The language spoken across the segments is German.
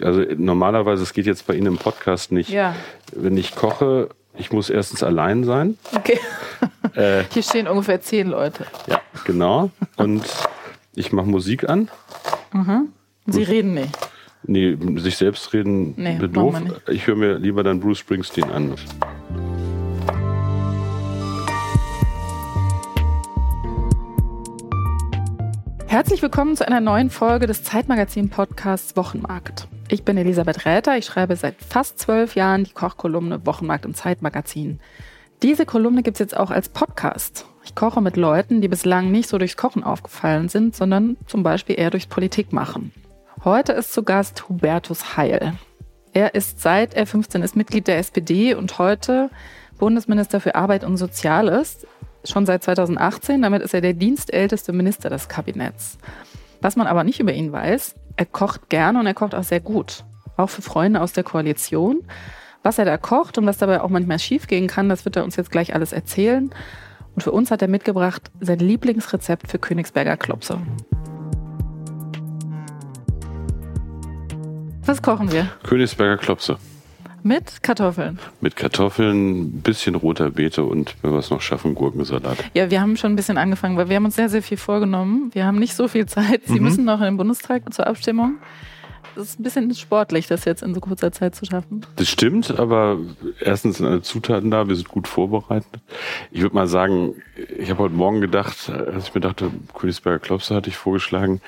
Also normalerweise, es geht jetzt bei Ihnen im Podcast nicht. Ja. Wenn ich koche, ich muss erstens allein sein. Okay. Äh, Hier stehen ungefähr zehn Leute. ja, genau. Und ich mache Musik an. Sie reden nicht. Nee, sich selbst reden, Nee, wird machen doof. wir nicht. Ich höre mir lieber dann Bruce Springsteen an. Herzlich willkommen zu einer neuen Folge des Zeitmagazin-Podcasts Wochenmarkt. Ich bin Elisabeth Räther. Ich schreibe seit fast zwölf Jahren die Kochkolumne Wochenmarkt im Zeitmagazin. Diese Kolumne gibt es jetzt auch als Podcast. Ich koche mit Leuten, die bislang nicht so durchs Kochen aufgefallen sind, sondern zum Beispiel eher durchs Politik machen. Heute ist zu Gast Hubertus Heil. Er ist seit er 15 ist Mitglied der SPD und heute Bundesminister für Arbeit und Soziales. Schon seit 2018, damit ist er der dienstälteste Minister des Kabinetts. Was man aber nicht über ihn weiß, er kocht gerne und er kocht auch sehr gut. Auch für Freunde aus der Koalition. Was er da kocht und was dabei auch manchmal schiefgehen kann, das wird er uns jetzt gleich alles erzählen. Und für uns hat er mitgebracht sein Lieblingsrezept für Königsberger Klopse. Was kochen wir? Königsberger Klopse. Mit Kartoffeln. Mit Kartoffeln, bisschen roter Beete und, wenn wir es noch schaffen, Gurkensalat. Ja, wir haben schon ein bisschen angefangen, weil wir haben uns sehr, sehr viel vorgenommen. Wir haben nicht so viel Zeit. Sie müssen noch in den Bundestag zur Abstimmung. Es ist ein bisschen sportlich, das jetzt in so kurzer Zeit zu schaffen. Das stimmt, aber erstens sind alle Zutaten da, wir sind gut vorbereitet. Ich würde mal sagen, ich habe heute Morgen gedacht, als ich mir dachte, Königsberger Klopse hatte ich vorgeschlagen,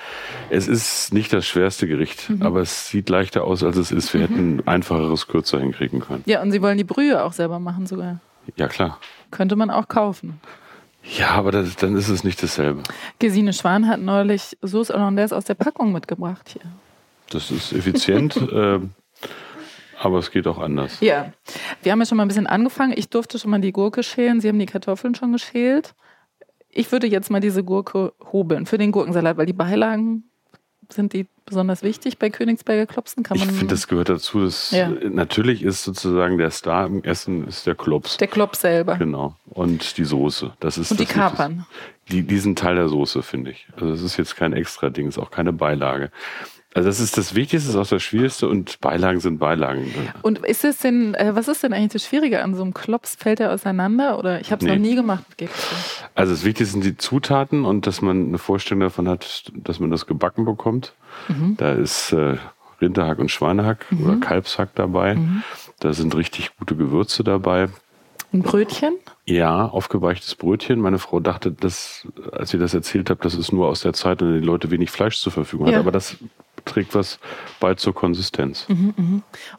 es ist nicht das schwerste Gericht, aber es sieht leichter aus, als es ist. Wir hätten einfacheres kürzer hinkriegen können. Ja, und Sie wollen die Brühe auch selber machen sogar. Ja, klar. Könnte man auch kaufen. Ja, aber das, dann ist es nicht dasselbe. Gesine Schwan hat neulich Sauce Hollandaise aus der Packung mitgebracht hier. Das ist effizient, äh, aber es geht auch anders. Ja, wir haben ja schon mal ein bisschen angefangen. Ich durfte schon mal die Gurke schälen. Sie haben die Kartoffeln schon geschält. Ich würde jetzt mal diese Gurke hobeln für den Gurkensalat, weil die Beilagen sind die besonders wichtig bei Königsberger Klopsen. Kann Ich man finde, das gehört dazu. Dass Ja. Natürlich ist sozusagen der Star im Essen ist der Klops. der Klopp selber. Genau. Und die Soße. Das ist Und die das Wichtigste. Kapern. Die, diesen Teil der Soße, finde ich. Also es ist jetzt kein extra Ding, ist auch keine Beilage. Also das ist das Wichtigste, ist auch das Schwierigste und Beilagen sind Beilagen. Und ist es denn, äh, was ist denn eigentlich das Schwierige an so einem Klops? Fällt der auseinander? Oder ich habe es Nee. noch nie gemacht. gebe ich zu. Also das Wichtigste sind die Zutaten und dass man eine Vorstellung davon hat, dass man das gebacken bekommt. Mhm. Da ist äh, Rinderhack und Schweinehack oder Kalbshack dabei. Mhm. Da sind richtig gute Gewürze dabei. Ein Brötchen? Ja, aufgeweichtes Brötchen. Meine Frau dachte, dass, als sie das erzählt hat, das ist nur aus der Zeit, in der die Leute wenig Fleisch zur Verfügung hatten. Ja. Aber das trägt was bei zur Konsistenz.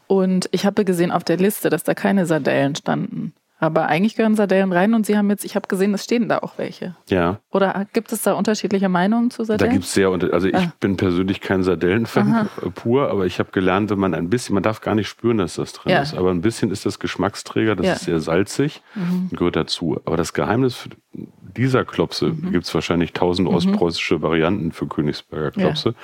Und ich habe gesehen auf der Liste, dass da keine Sardellen standen. Aber eigentlich gehören Sardellen rein und Sie haben jetzt, ich habe gesehen, es stehen da auch welche. Ja. Oder gibt es da unterschiedliche Meinungen zu Da Sardellen? gibt's sehr unter also ich Ah. bin persönlich kein Sardellenfan äh, pur, aber ich habe gelernt, wenn man ein bisschen, man darf gar nicht spüren, dass das drin Ja. ist, aber ein bisschen ist das Geschmacksträger, das Ja. Mhm. ist sehr salzig und gehört dazu. Aber das Geheimnis für dieser Klopse, Mhm. gibt's wahrscheinlich tausend ostpreußische Varianten für Königsberger Klopse,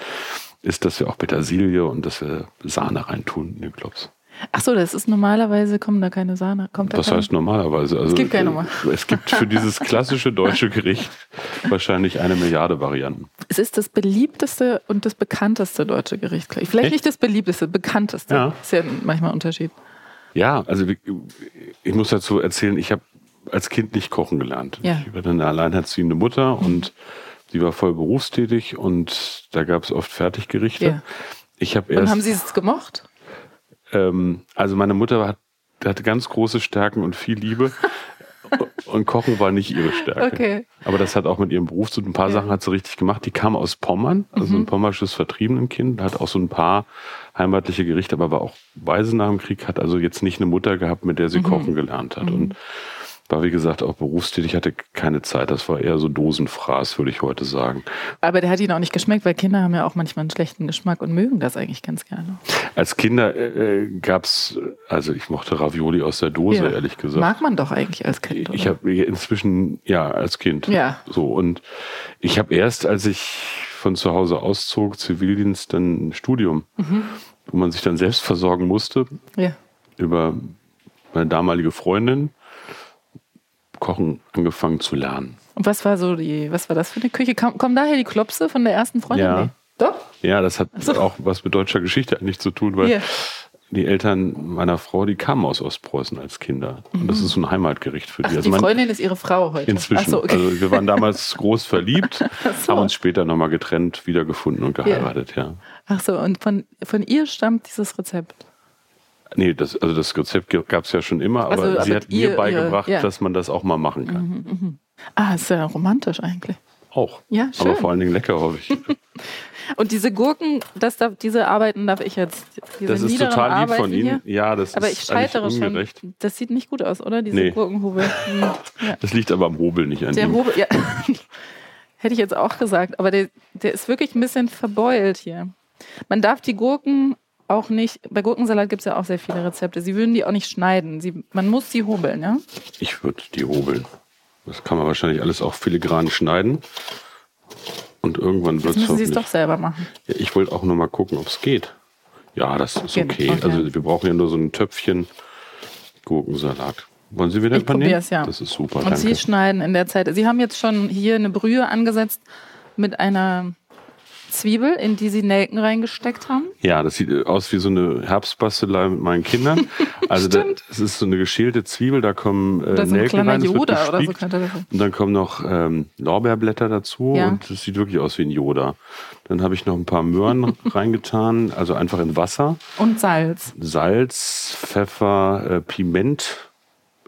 ist, dass wir auch Petersilie und dass wir Sahne reintun in den Klops. Ach so, das ist normalerweise kommen da keine Sahne. Kommt da Das keine? heißt normalerweise. Also, gibt keine äh, Nummer. Es gibt für dieses klassische deutsche Gericht wahrscheinlich eine Milliarde Varianten. es ist das beliebteste und das bekannteste deutsche Gericht. Vielleicht nicht das beliebteste, bekannteste. Ja. Ist ja manchmal ein Unterschied. Ja, also wie- ich muss dazu erzählen, ich habe als Kind nicht kochen gelernt. Ja. Ich war dann eine alleinerziehende Mutter und die war voll berufstätig und da gab es oft Fertiggerichte. Ja. Ich habe Und erst, haben Sie es gemocht? ähm, also meine Mutter hat, hatte ganz große Stärken und viel Liebe. Und Kochen war nicht ihre Stärke. Okay. Aber das hat auch mit ihrem Beruf zu tun. Ein paar Sachen hat sie richtig gemacht. Die kam aus Pommern, also Mhm. ein pommersches Vertriebenenkind, hat auch so ein paar heimatliche Gerichte, aber war auch Waise nach dem Krieg, hat also jetzt nicht eine Mutter gehabt, mit der Mhm. sie kochen gelernt hat. Und war, wie gesagt, auch berufstätig, hatte keine Zeit. Das war eher so Dosenfraß, würde ich heute sagen. Aber der hat Ihnen auch nicht geschmeckt, weil Kinder haben ja auch manchmal einen schlechten Geschmack und mögen das eigentlich ganz gerne. Als Kinder äh, gab es, also ich mochte Ravioli aus der Dose, Ja. ehrlich gesagt. Mag man doch eigentlich als Kind. Oder? Ich habe inzwischen, ja, als Kind. Ja. So, und ich habe erst, als ich von zu Hause auszog, Zivildienst, dann ein Studium, Mhm. wo man sich dann selbst versorgen musste, ja. über meine damalige Freundin, Kochen angefangen zu lernen. Und was war so die, was war das für eine Küche? Kam, kommen daher die Klopse von der ersten Freundin? Nee. Doch? Ja, das hat so. auch was mit deutscher Geschichte eigentlich zu tun, weil Hier. die Eltern meiner Frau, die kamen aus Ostpreußen als Kinder. Und das ist so ein Heimatgericht für die. Mhm. Ach, also die mein- Freundin ist ihre Frau heute. Inzwischen. Ach so, okay. Also wir waren damals groß verliebt, so. haben uns später nochmal getrennt, wiedergefunden und geheiratet, ja. Ach so, und von, von ihr stammt dieses Rezept. Nee, das, also das Rezept gab es ja schon immer, aber Also, sie aber hat mir ihr- beigebracht, ihr- ja. Mhm. dass man das auch mal machen kann. Ah, ist ja romantisch eigentlich. Auch. Ja, schön. Aber vor allen Dingen lecker, hoffe ich. Und diese Gurken, das darf, diese Arbeiten darf ich jetzt. Diese Das ist niederen total lieb Arbeiten von Ihnen. Hier. Ja, das Aber ich ist eigentlich scheitere schon. ungerecht. Das sieht nicht gut aus, oder? Diese Nee. Gurkenhube. Hm. Ja. Das liegt aber am Hobel nicht an Der ihm. Hobel, ja. Hätte ich jetzt auch gesagt, aber der, der ist wirklich ein bisschen verbeult hier. Man darf die Gurken auch nicht, bei Gurkensalat gibt es ja auch sehr viele Rezepte. Sie würden die auch nicht schneiden. Sie, man muss sie hobeln, ja? Ich würde die hobeln. Das kann man wahrscheinlich alles auch filigran schneiden. Und irgendwann wird Jetzt es müssen sie hoffentlich. es doch selber machen. Ja, ich wollte auch nur mal gucken, ob es geht. Ja, das ist Geht, okay. okay. Also wir brauchen ja nur so ein Töpfchen Gurkensalat. Wollen Sie wieder ein Ich paar nehmen? probier's, ja. Das ist super, Und danke. sie schneiden in der Zeit. Sie haben jetzt schon hier eine Brühe angesetzt mit einer Zwiebel, in die sie Nelken reingesteckt haben. Ja, das sieht äh, aus wie so eine Herbstbastelei mit meinen Kindern. Also da, es ist so eine geschälte Zwiebel, da kommen äh, Oder so ein Nelken kleiner rein, das wird Yoda oder so gespickt. könnte das sein. Und dann kommen noch ähm, Lorbeerblätter dazu Ja. und es sieht wirklich aus wie ein Yoda. Dann habe ich noch ein paar Möhren reingetan, also einfach in Wasser. Und Salz. Salz, Pfeffer, äh, Piment.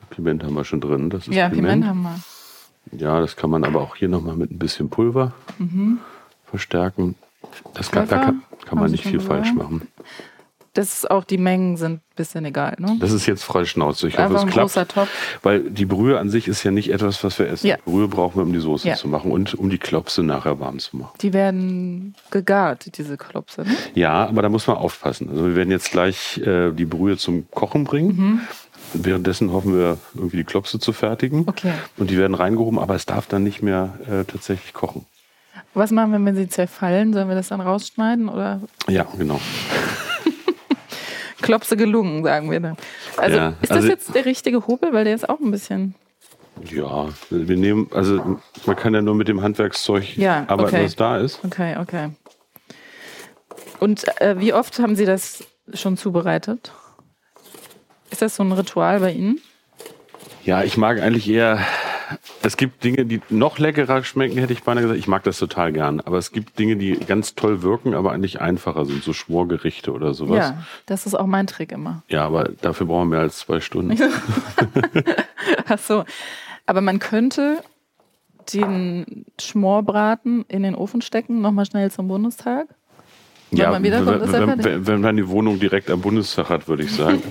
Piment haben wir schon drin. Das ist Ja, Piment Piment. haben wir. Ja, das kann man aber auch hier nochmal mit ein bisschen Pulver verstärken. Das kann, da Pfeffer kann, kann haben man Sie nicht schon viel gesagt. falsch machen. Das ist auch, die Mengen sind ein bisschen egal, ne? Das ist jetzt freie Schnauze. Ich hoffe, Einfach es ein klappt. großer Topf. Weil die Brühe an sich ist ja nicht etwas, was wir essen. Ja. Brühe brauchen wir, um die Soße Ja. zu machen und um die Klopse nachher warm zu machen. Die werden gegart, diese Klopse. Ne? Ja, aber da muss man aufpassen. Also wir werden jetzt gleich äh, die Brühe zum Kochen Mhm. bringen. Währenddessen hoffen wir, irgendwie die Klopse zu fertigen. Okay. Und die werden reingehoben, aber es darf dann nicht mehr äh, tatsächlich kochen. Was machen wir, wenn sie zerfallen? Sollen wir das dann rausschneiden? Oder Ja, genau. Klopse gelungen, sagen wir dann. Also Ja, ist das also- jetzt der richtige Hobel? Weil der ist auch ein bisschen. Ja, wir nehmen, also man kann ja nur mit dem Handwerkszeug Ja, arbeiten, okay. was da ist. Okay, okay. Und äh, wie oft haben Sie das schon zubereitet? Ist das so ein Ritual bei Ihnen? Ja, ich mag eigentlich eher. Es gibt Dinge, die noch leckerer schmecken, hätte ich beinahe gesagt. Ich mag das total gern. Aber es gibt Dinge, die ganz toll wirken, aber eigentlich einfacher sind, so Schmorgerichte oder sowas. Ja, das ist auch mein Trick immer. Ja, aber dafür brauchen wir mehr als zwei Stunden. Ach so. Aber man könnte den Schmorbraten in den Ofen stecken, nochmal schnell zum Bundestag. Wenn ja, man wiederkommt, wenn, ist er wenn, fertig. wenn, wenn man die Wohnung direkt am Bundestag hat, würde ich sagen.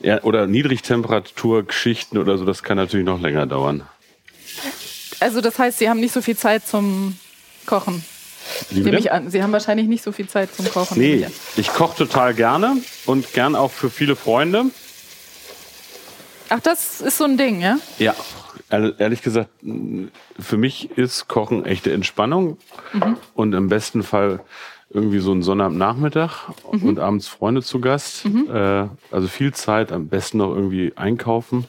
ja, oder Niedrigtemperaturgeschichten oder so, das kann natürlich noch länger dauern. Also das heißt, Sie haben nicht so viel Zeit zum Kochen, Wie nehme bitte? ich an. Sie haben wahrscheinlich nicht so viel Zeit zum Kochen. nehme ich Nee, an. ich koche total gerne und gern auch für viele Freunde. Ach, das ist so ein Ding, ja? Ja, also ehrlich gesagt, mh, für mich ist Kochen echte Entspannung Mhm. und im besten Fall irgendwie so ein Sonnabendnachmittag Mhm. und abends Freunde zu Gast. Äh, also viel Zeit, am besten noch irgendwie einkaufen.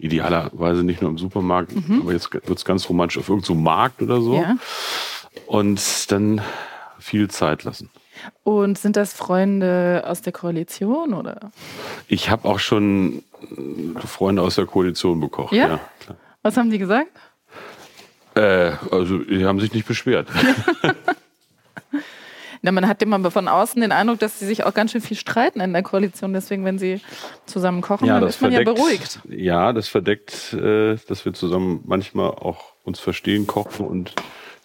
Idealerweise nicht nur im Supermarkt, aber jetzt wird's ganz romantisch auf irgendeinem so Markt oder so. Mhm. ja. Und dann viel Zeit lassen. Und sind das Freunde aus der Koalition oder? Ich habe auch schon mh, Freunde aus der Koalition bekocht. Ja? ja klar. Was haben die gesagt? Äh, also die haben sich nicht beschwert. Na, man hat immer von außen den Eindruck, dass sie sich auch ganz schön viel streiten in der Koalition. Deswegen, wenn sie zusammen kochen, dann ist man ja beruhigt. Ja, das verdeckt, äh, dass wir zusammen manchmal auch uns verstehen, kochen und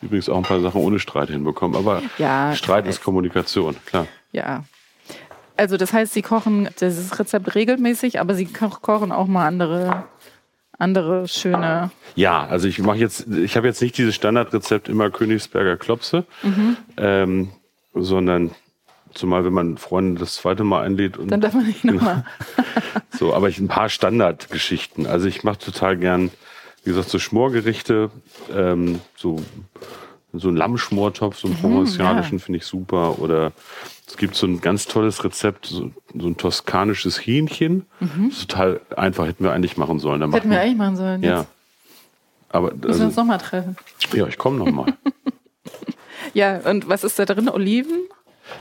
übrigens auch ein paar Sachen ohne Streit hinbekommen. Aber Ja, äh, Streit ich ist Kommunikation, klar. Ja. Also das heißt, sie kochen dieses Rezept regelmäßig, aber sie ko- kochen auch mal andere, andere schöne. Ja, also ich mache jetzt, ich habe jetzt nicht dieses Standardrezept immer Königsberger Klopse, Mhm. ähm, sondern zumal wenn man Freunde das zweite Mal einlädt und Dann darf man nicht nochmal. So, aber ich ein paar Standardgeschichten. Also ich mache total gern, wie gesagt, so Schmorgerichte, ähm, so so einen Lammschmortopf, so einen Mhm, provenzialischen finde ich super. Oder es gibt so ein ganz tolles Rezept, so, so ein toskanisches Hähnchen. Das ist total einfach, hätten wir eigentlich machen sollen. Dann Das Mhm. machen- hätten wir eigentlich machen sollen. ja. Jetzt Aber müssen wir uns also, nochmal treffen. ja, ich komme nochmal. Ja, und was ist da drin? Oliven?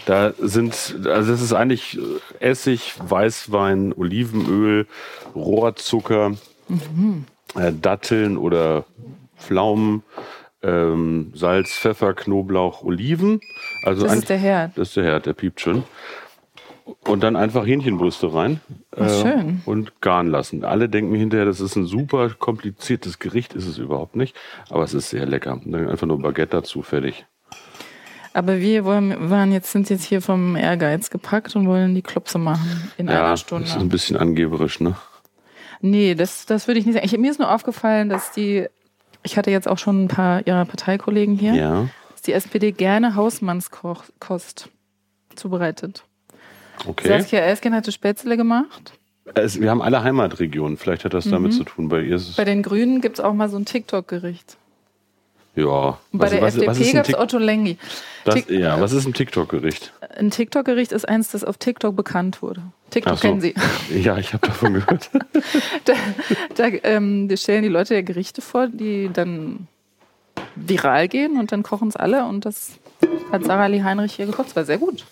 Da sind, also es ist eigentlich Essig, Weißwein, Olivenöl, Rohrzucker, Mhm. äh, Datteln oder Pflaumen, ähm, Salz, Pfeffer, Knoblauch, Oliven. Also Das eigentlich- ist der Herd. Das ist der Herd, der piept schon. Und dann einfach Hähnchenbrüste rein äh, schön. und garen lassen. Alle denken hinterher, das ist ein super kompliziertes Gericht, ist es überhaupt nicht. Aber es ist sehr lecker. Und dann einfach nur Baguette dazu, fertig. Aber wir wollen, waren jetzt, sind jetzt hier vom Ehrgeiz gepackt und wollen die Klopse machen in Ja, einer das ist Stunde. ein bisschen angeberisch, ne? Nee, das, das würde ich nicht sagen. Ich, mir ist nur aufgefallen, dass die, ich hatte jetzt auch schon ein paar ihrer Parteikollegen hier, Ja. dass die SPD gerne Hausmannskost zubereitet. Okay. Saskia Esken hatte Spätzle gemacht. Es, wir haben alle Heimatregionen. Vielleicht hat das damit zu tun. Bei ihr ist es. Mhm. Bei den Grünen gibt es auch mal so ein TikTok-Gericht. ja. Und bei der FDP ist ein gab es Tik- Otto Lengi. das, Tik- ja, was ist ein TikTok-Gericht? Ein TikTok-Gericht ist eins, das auf TikTok bekannt wurde. TikTok Ach so. kennen Sie. Ja, ich habe davon gehört. Da, da ähm, die stellen die Leute ja Gerichte vor, die dann viral gehen und dann kochen es alle. Und das hat Sarah Lee Heinrich hier gekocht. Das war sehr gut.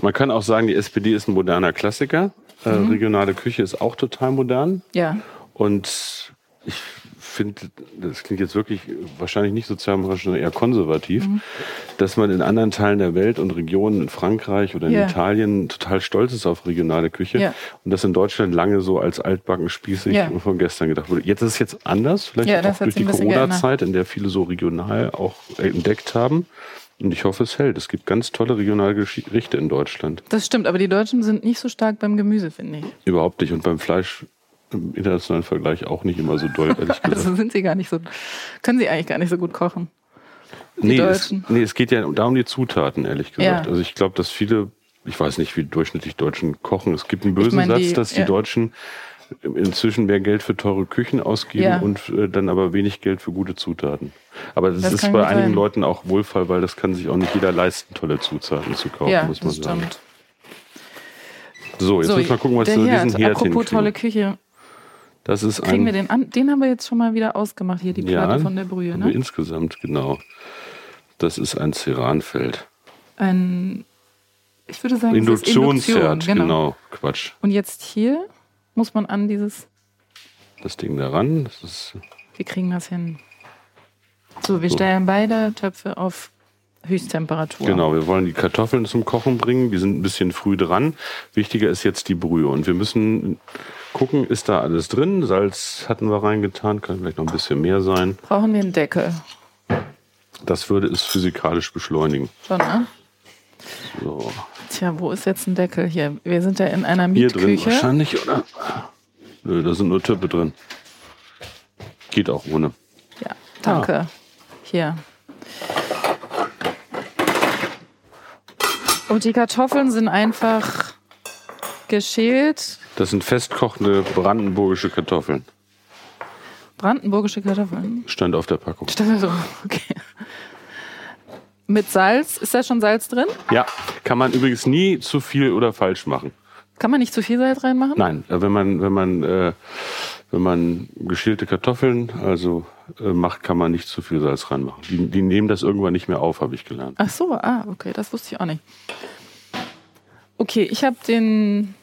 Man kann auch sagen, die SPD ist ein moderner Klassiker. Äh, Mhm. regionale Küche ist auch total modern. Ja. Und ich finde, das klingt jetzt wirklich wahrscheinlich nicht sozialmoralisch, sondern eher konservativ, Mhm. dass man in anderen Teilen der Welt und Regionen in Frankreich oder in Ja. Italien total stolz ist auf regionale Küche Ja. und das in Deutschland lange so als altbacken spießig Ja. von gestern gedacht wurde. Jetzt ist es jetzt anders, vielleicht Ja, das auch hat durch sich die ein bisschen geändert. Corona-Zeit, in der viele so regional auch entdeckt haben. Und ich hoffe, es hält. Es gibt ganz tolle regionale Gesch- Gerichte in Deutschland. Das stimmt, aber die Deutschen sind nicht so stark beim Gemüse, finde ich. Überhaupt nicht. Und beim Fleisch im internationalen Vergleich auch nicht immer so doll, ehrlich gesagt. Also sind sie gar nicht so, können sie eigentlich gar nicht so gut kochen. Nee es, Deutschen. nee, es geht ja da um die Zutaten, ehrlich gesagt. Ja. Also ich glaube, dass viele, ich weiß nicht, wie durchschnittlich Deutschen kochen. Es gibt einen bösen meine, Satz, die- dass die ja. Deutschen inzwischen mehr Geld für teure Küchen ausgeben Ja. und äh, dann aber wenig Geld für gute Zutaten. Aber das, Das ist kann bei gut einigen sein. Leuten auch Wohlfall, weil das kann sich auch nicht jeder leisten, tolle Zutaten zu kaufen, ja, muss man das sagen. stimmt. So, jetzt müssen wir gucken, was der wir Herd. diesen Herd Apropos tolle hinkriegen. Küche, Das ist kriegen wir ein den an? Den haben wir jetzt schon mal wieder ausgemacht, hier die Platte Ja, von der Brühe. aber Ne? insgesamt, genau. Das ist ein Ceranfeld. Ein, ich würde sagen, das ist Induktionsherd, Induktion, genau. Quatsch. Und jetzt hier muss man an dieses, das Ding da ran. Das ist, wir kriegen das hin. So, wir So. stellen beide Töpfe auf Höchsttemperatur. Genau, wir wollen die Kartoffeln zum Kochen bringen. Die sind ein bisschen früh dran. Wichtiger ist jetzt die Brühe. Und wir müssen gucken, ist da alles drin? Salz hatten wir reingetan, kann vielleicht noch ein bisschen mehr sein. Brauchen wir einen Deckel. Das würde es physikalisch beschleunigen. Schon, ne? So, Tja, wo ist jetzt ein Deckel hier? Wir sind ja in einer hier drin Mietküche. wahrscheinlich, oder? Nö, da sind nur Töpfe drin. Geht auch ohne. Ja, danke. Ah. Hier. Und die Kartoffeln sind einfach geschält. Das sind festkochende brandenburgische Kartoffeln. Brandenburgische Kartoffeln. Stand auf der Packung. Stimmt so. Okay. Mit Salz. Ist da schon Salz drin? Ja, kann man übrigens nie zu viel oder falsch machen. Kann man nicht zu viel Salz reinmachen? Nein, äh, wenn man, wenn man, äh, wenn man geschälte Kartoffeln also äh, macht, kann man nicht zu viel Salz reinmachen. Die, die nehmen das irgendwann nicht mehr auf, habe ich gelernt. Ach so, ah, okay, das wusste ich auch nicht. Okay, ich habe den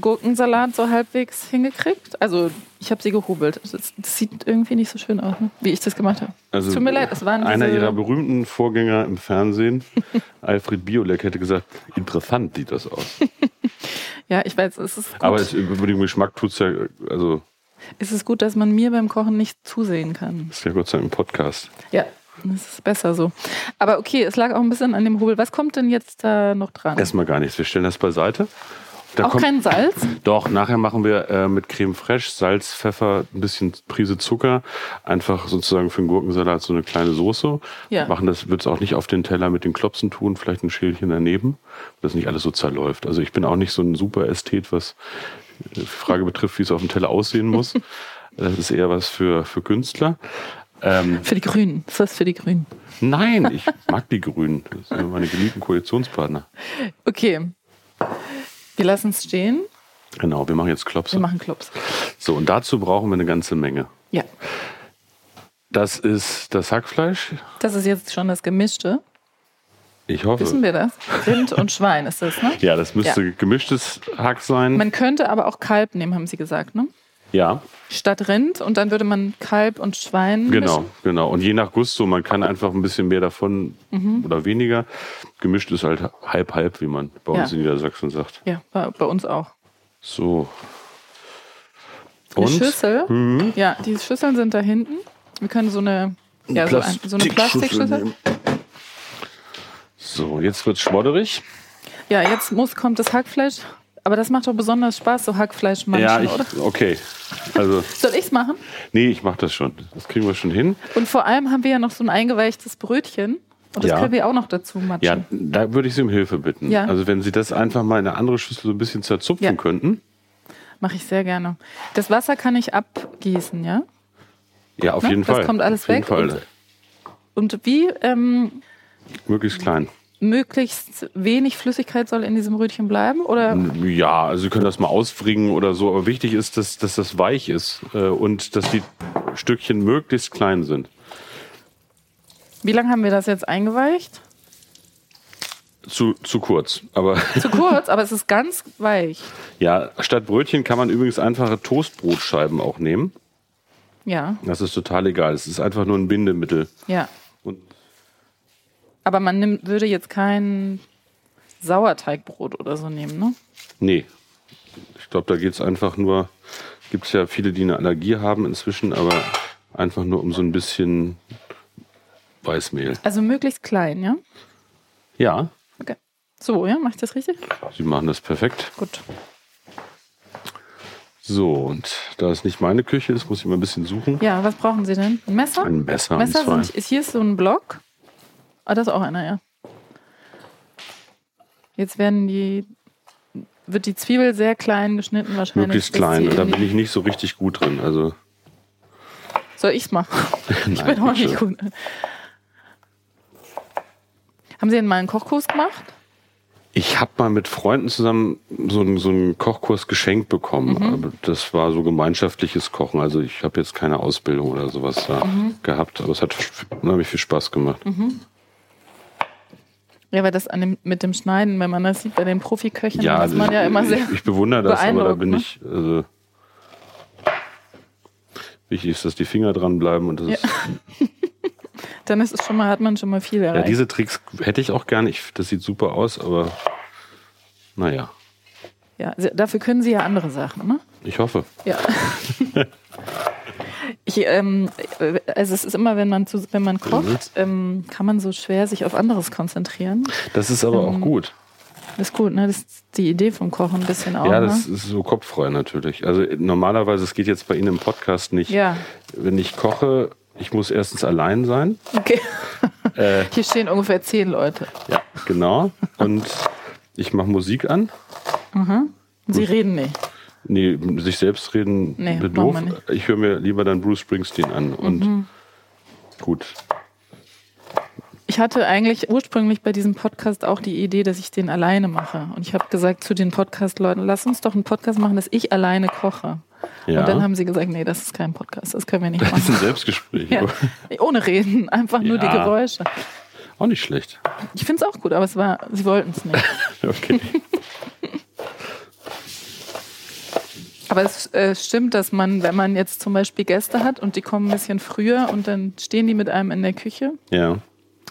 Gurkensalat so halbwegs hingekriegt. Also ich habe sie gehobelt. Das, das sieht irgendwie nicht so schön aus, ne? wie ich das gemacht habe. Also, es tut mir leid, es waren Einer diese, ihrer berühmten Vorgänger im Fernsehen, Alfred Biolek, hätte gesagt, interessant sieht das aus. Ja, ich weiß, es ist gut. Aber es, über den Geschmack tut's ja, also es ist gut, dass man mir beim Kochen nicht zusehen kann. ist ja Gott sei Dank ein Podcast. Ja, das ist besser so. Aber okay, es lag auch ein bisschen an dem Hobel. Was kommt denn jetzt da noch dran? Erstmal gar nichts, wir stellen das beiseite. Da auch kein Salz? Doch, nachher machen wir äh, mit Creme Fraiche, Salz, Pfeffer, ein bisschen Prise Zucker, einfach sozusagen für den Gurkensalat so eine kleine Soße. Ja. Machen das, wird's auch nicht auf den Teller mit den Klopsen tun, vielleicht ein Schälchen daneben, dass nicht alles so zerläuft. Also ich bin auch nicht so ein super Ästhet, was die Frage betrifft, wie es auf dem Teller aussehen muss. Das ist eher was für, für Künstler. Ähm, Für die Grünen. Ist das für die Grünen? nein, ich mag die Grünen. Das sind meine geliebten Koalitionspartner. Okay. Wir lassen es stehen. Genau, wir machen jetzt Wir Klopse. machen Clubs. So, und dazu brauchen wir eine ganze Menge. Ja. Das ist das Hackfleisch. Das ist jetzt schon das Gemischte. Ich hoffe. Wissen wir das? Rind und Schwein ist das, ne? Ja, das müsste gemischtes Hack sein. Man könnte aber auch Kalb nehmen, haben sie gesagt, ne? ja, Statt Rind und dann würde man Kalb und Schwein. genau, mischen. genau. Und je nach Gusto, man kann einfach ein bisschen mehr davon Mhm. oder weniger. Gemischt ist halt halb halb, wie man bei uns Ja. in Niedersachsen sagt. Ja, bei, bei uns auch. So. Eine Und Mhm. Schüssel. Ja, die Schüsseln sind da hinten. Wir können so eine, ja, so, ein, so eine Plastikschüssel. nehmen. So, jetzt wird's schmodderig. Ja, jetzt muss, kommt das Hackfleisch. Aber das macht doch besonders Spaß, so Hackfleisch manchen, ja, ich, oder? okay. Also, Soll ich's machen? nee, ich mache das schon. Das kriegen wir schon hin. Und vor allem haben wir ja noch so ein eingeweichtes Brötchen. Und das Ja. können wir auch noch dazu matschen. Ja, da würde ich Sie um Hilfe bitten. Ja. Also, wenn Sie das einfach mal in eine andere Schüssel so ein bisschen zerzupfen Ja. könnten. Mache ich sehr gerne. Das Wasser kann ich abgießen, ja? Ja, auf Ne? jeden Das Fall. kommt alles auf jeden weg Fall. Und wie ähm, Möglichst klein. möglichst wenig Flüssigkeit soll in diesem Brötchen bleiben? Oder Ja, also Sie können das mal ausfringen oder so, aber wichtig ist, dass, dass das weich ist äh, und dass die Stückchen möglichst klein sind. wie lange haben wir das jetzt eingeweicht? Zu, zu kurz. Aber Zu kurz, aber es ist ganz weich. ja, statt Brötchen kann man übrigens einfache Toastbrotscheiben auch nehmen. Ja, Das ist total egal. Es ist einfach nur ein Bindemittel. ja. Und Aber man nimmt, würde jetzt kein Sauerteigbrot oder so nehmen, ne? nee, ich glaube, da geht es einfach nur, gibt es ja viele, die eine Allergie haben inzwischen, aber einfach nur um so ein bisschen Weißmehl. Also möglichst klein, ja? Ja, Okay. So, ja, mache ich das richtig? Sie machen das perfekt. Gut. So, und da es nicht meine Küche ist, muss ich mal ein bisschen suchen. Ja, was brauchen Sie denn? Ein Messer? Ein Messer, und Messer zwar- sind, ist hier ist so ein Block. Ah, das ist auch einer, ja. Jetzt werden die, wird die Zwiebel sehr klein geschnitten wahrscheinlich. Möglichst bis sie klein, da in- bin ich nicht so richtig gut drin. Also, Soll ich's machen? ich bin auch nicht bitte. gut. Haben Sie denn mal einen Kochkurs gemacht? ich habe mal mit Freunden zusammen so einen, so einen Kochkurs geschenkt bekommen. Mhm. Aber das war so gemeinschaftliches Kochen. Also, ich habe jetzt keine Ausbildung oder sowas da Mhm. gehabt, aber es hat unheimlich viel Spaß gemacht. Ja, weil das an dem, mit dem Schneiden, wenn man das sieht bei den Profiköchen, dann ist also man ja immer ich, sehr. ich bewundere das, aber da bin beeindruckt, ne? ich. Also, wichtig ist, dass die Finger dran bleiben und das ist Dann ist es schon mal, hat man schon mal viel Ja, erreicht. diese Tricks hätte ich auch gerne. Ich, das sieht super aus, aber naja, Ja, se- dafür können Sie ja andere Sachen, ne? ich hoffe. Ja. ich, ähm, äh, also es ist immer, wenn man, zu, wenn man Mhm. kocht, ähm, kann man so schwer sich auf anderes konzentrieren. Das ist aber Ähm, auch gut. Das ist gut, ne? Das ist die Idee vom Kochen ein bisschen auch. Ja, das ne? ist so kopffrei natürlich. Also äh, normalerweise, es geht jetzt bei Ihnen im Podcast nicht. Ja. Wenn ich koche, ich muss erstens allein sein. Okay. Äh, Hier stehen ungefähr zehn Leute. ja, genau. Und ich mache Musik an. Und Sie reden nicht. Nee, sich selbst reden, Nee, wird machen doof. wir nicht. Mhm. Ich höre mir lieber dann Bruce Springsteen an. Und gut, Ich hatte eigentlich ursprünglich bei diesem Podcast auch die Idee, dass ich den alleine mache. Und ich habe gesagt zu den Podcast-Leuten, lass uns doch einen Podcast machen, dass ich alleine koche. Ja. Und dann haben sie gesagt, nee, das ist kein Podcast, das können wir nicht das ist ein machen. Selbstgespräch. Ja, aber ohne Reden, einfach nur die Ja. Geräusche. Auch nicht schlecht. Ich finde es auch gut, aber es war, sie wollten es nicht. Okay. Aber es äh, stimmt, dass man, wenn man jetzt zum Beispiel Gäste hat und die kommen ein bisschen früher und dann stehen die mit einem in der Küche, ja.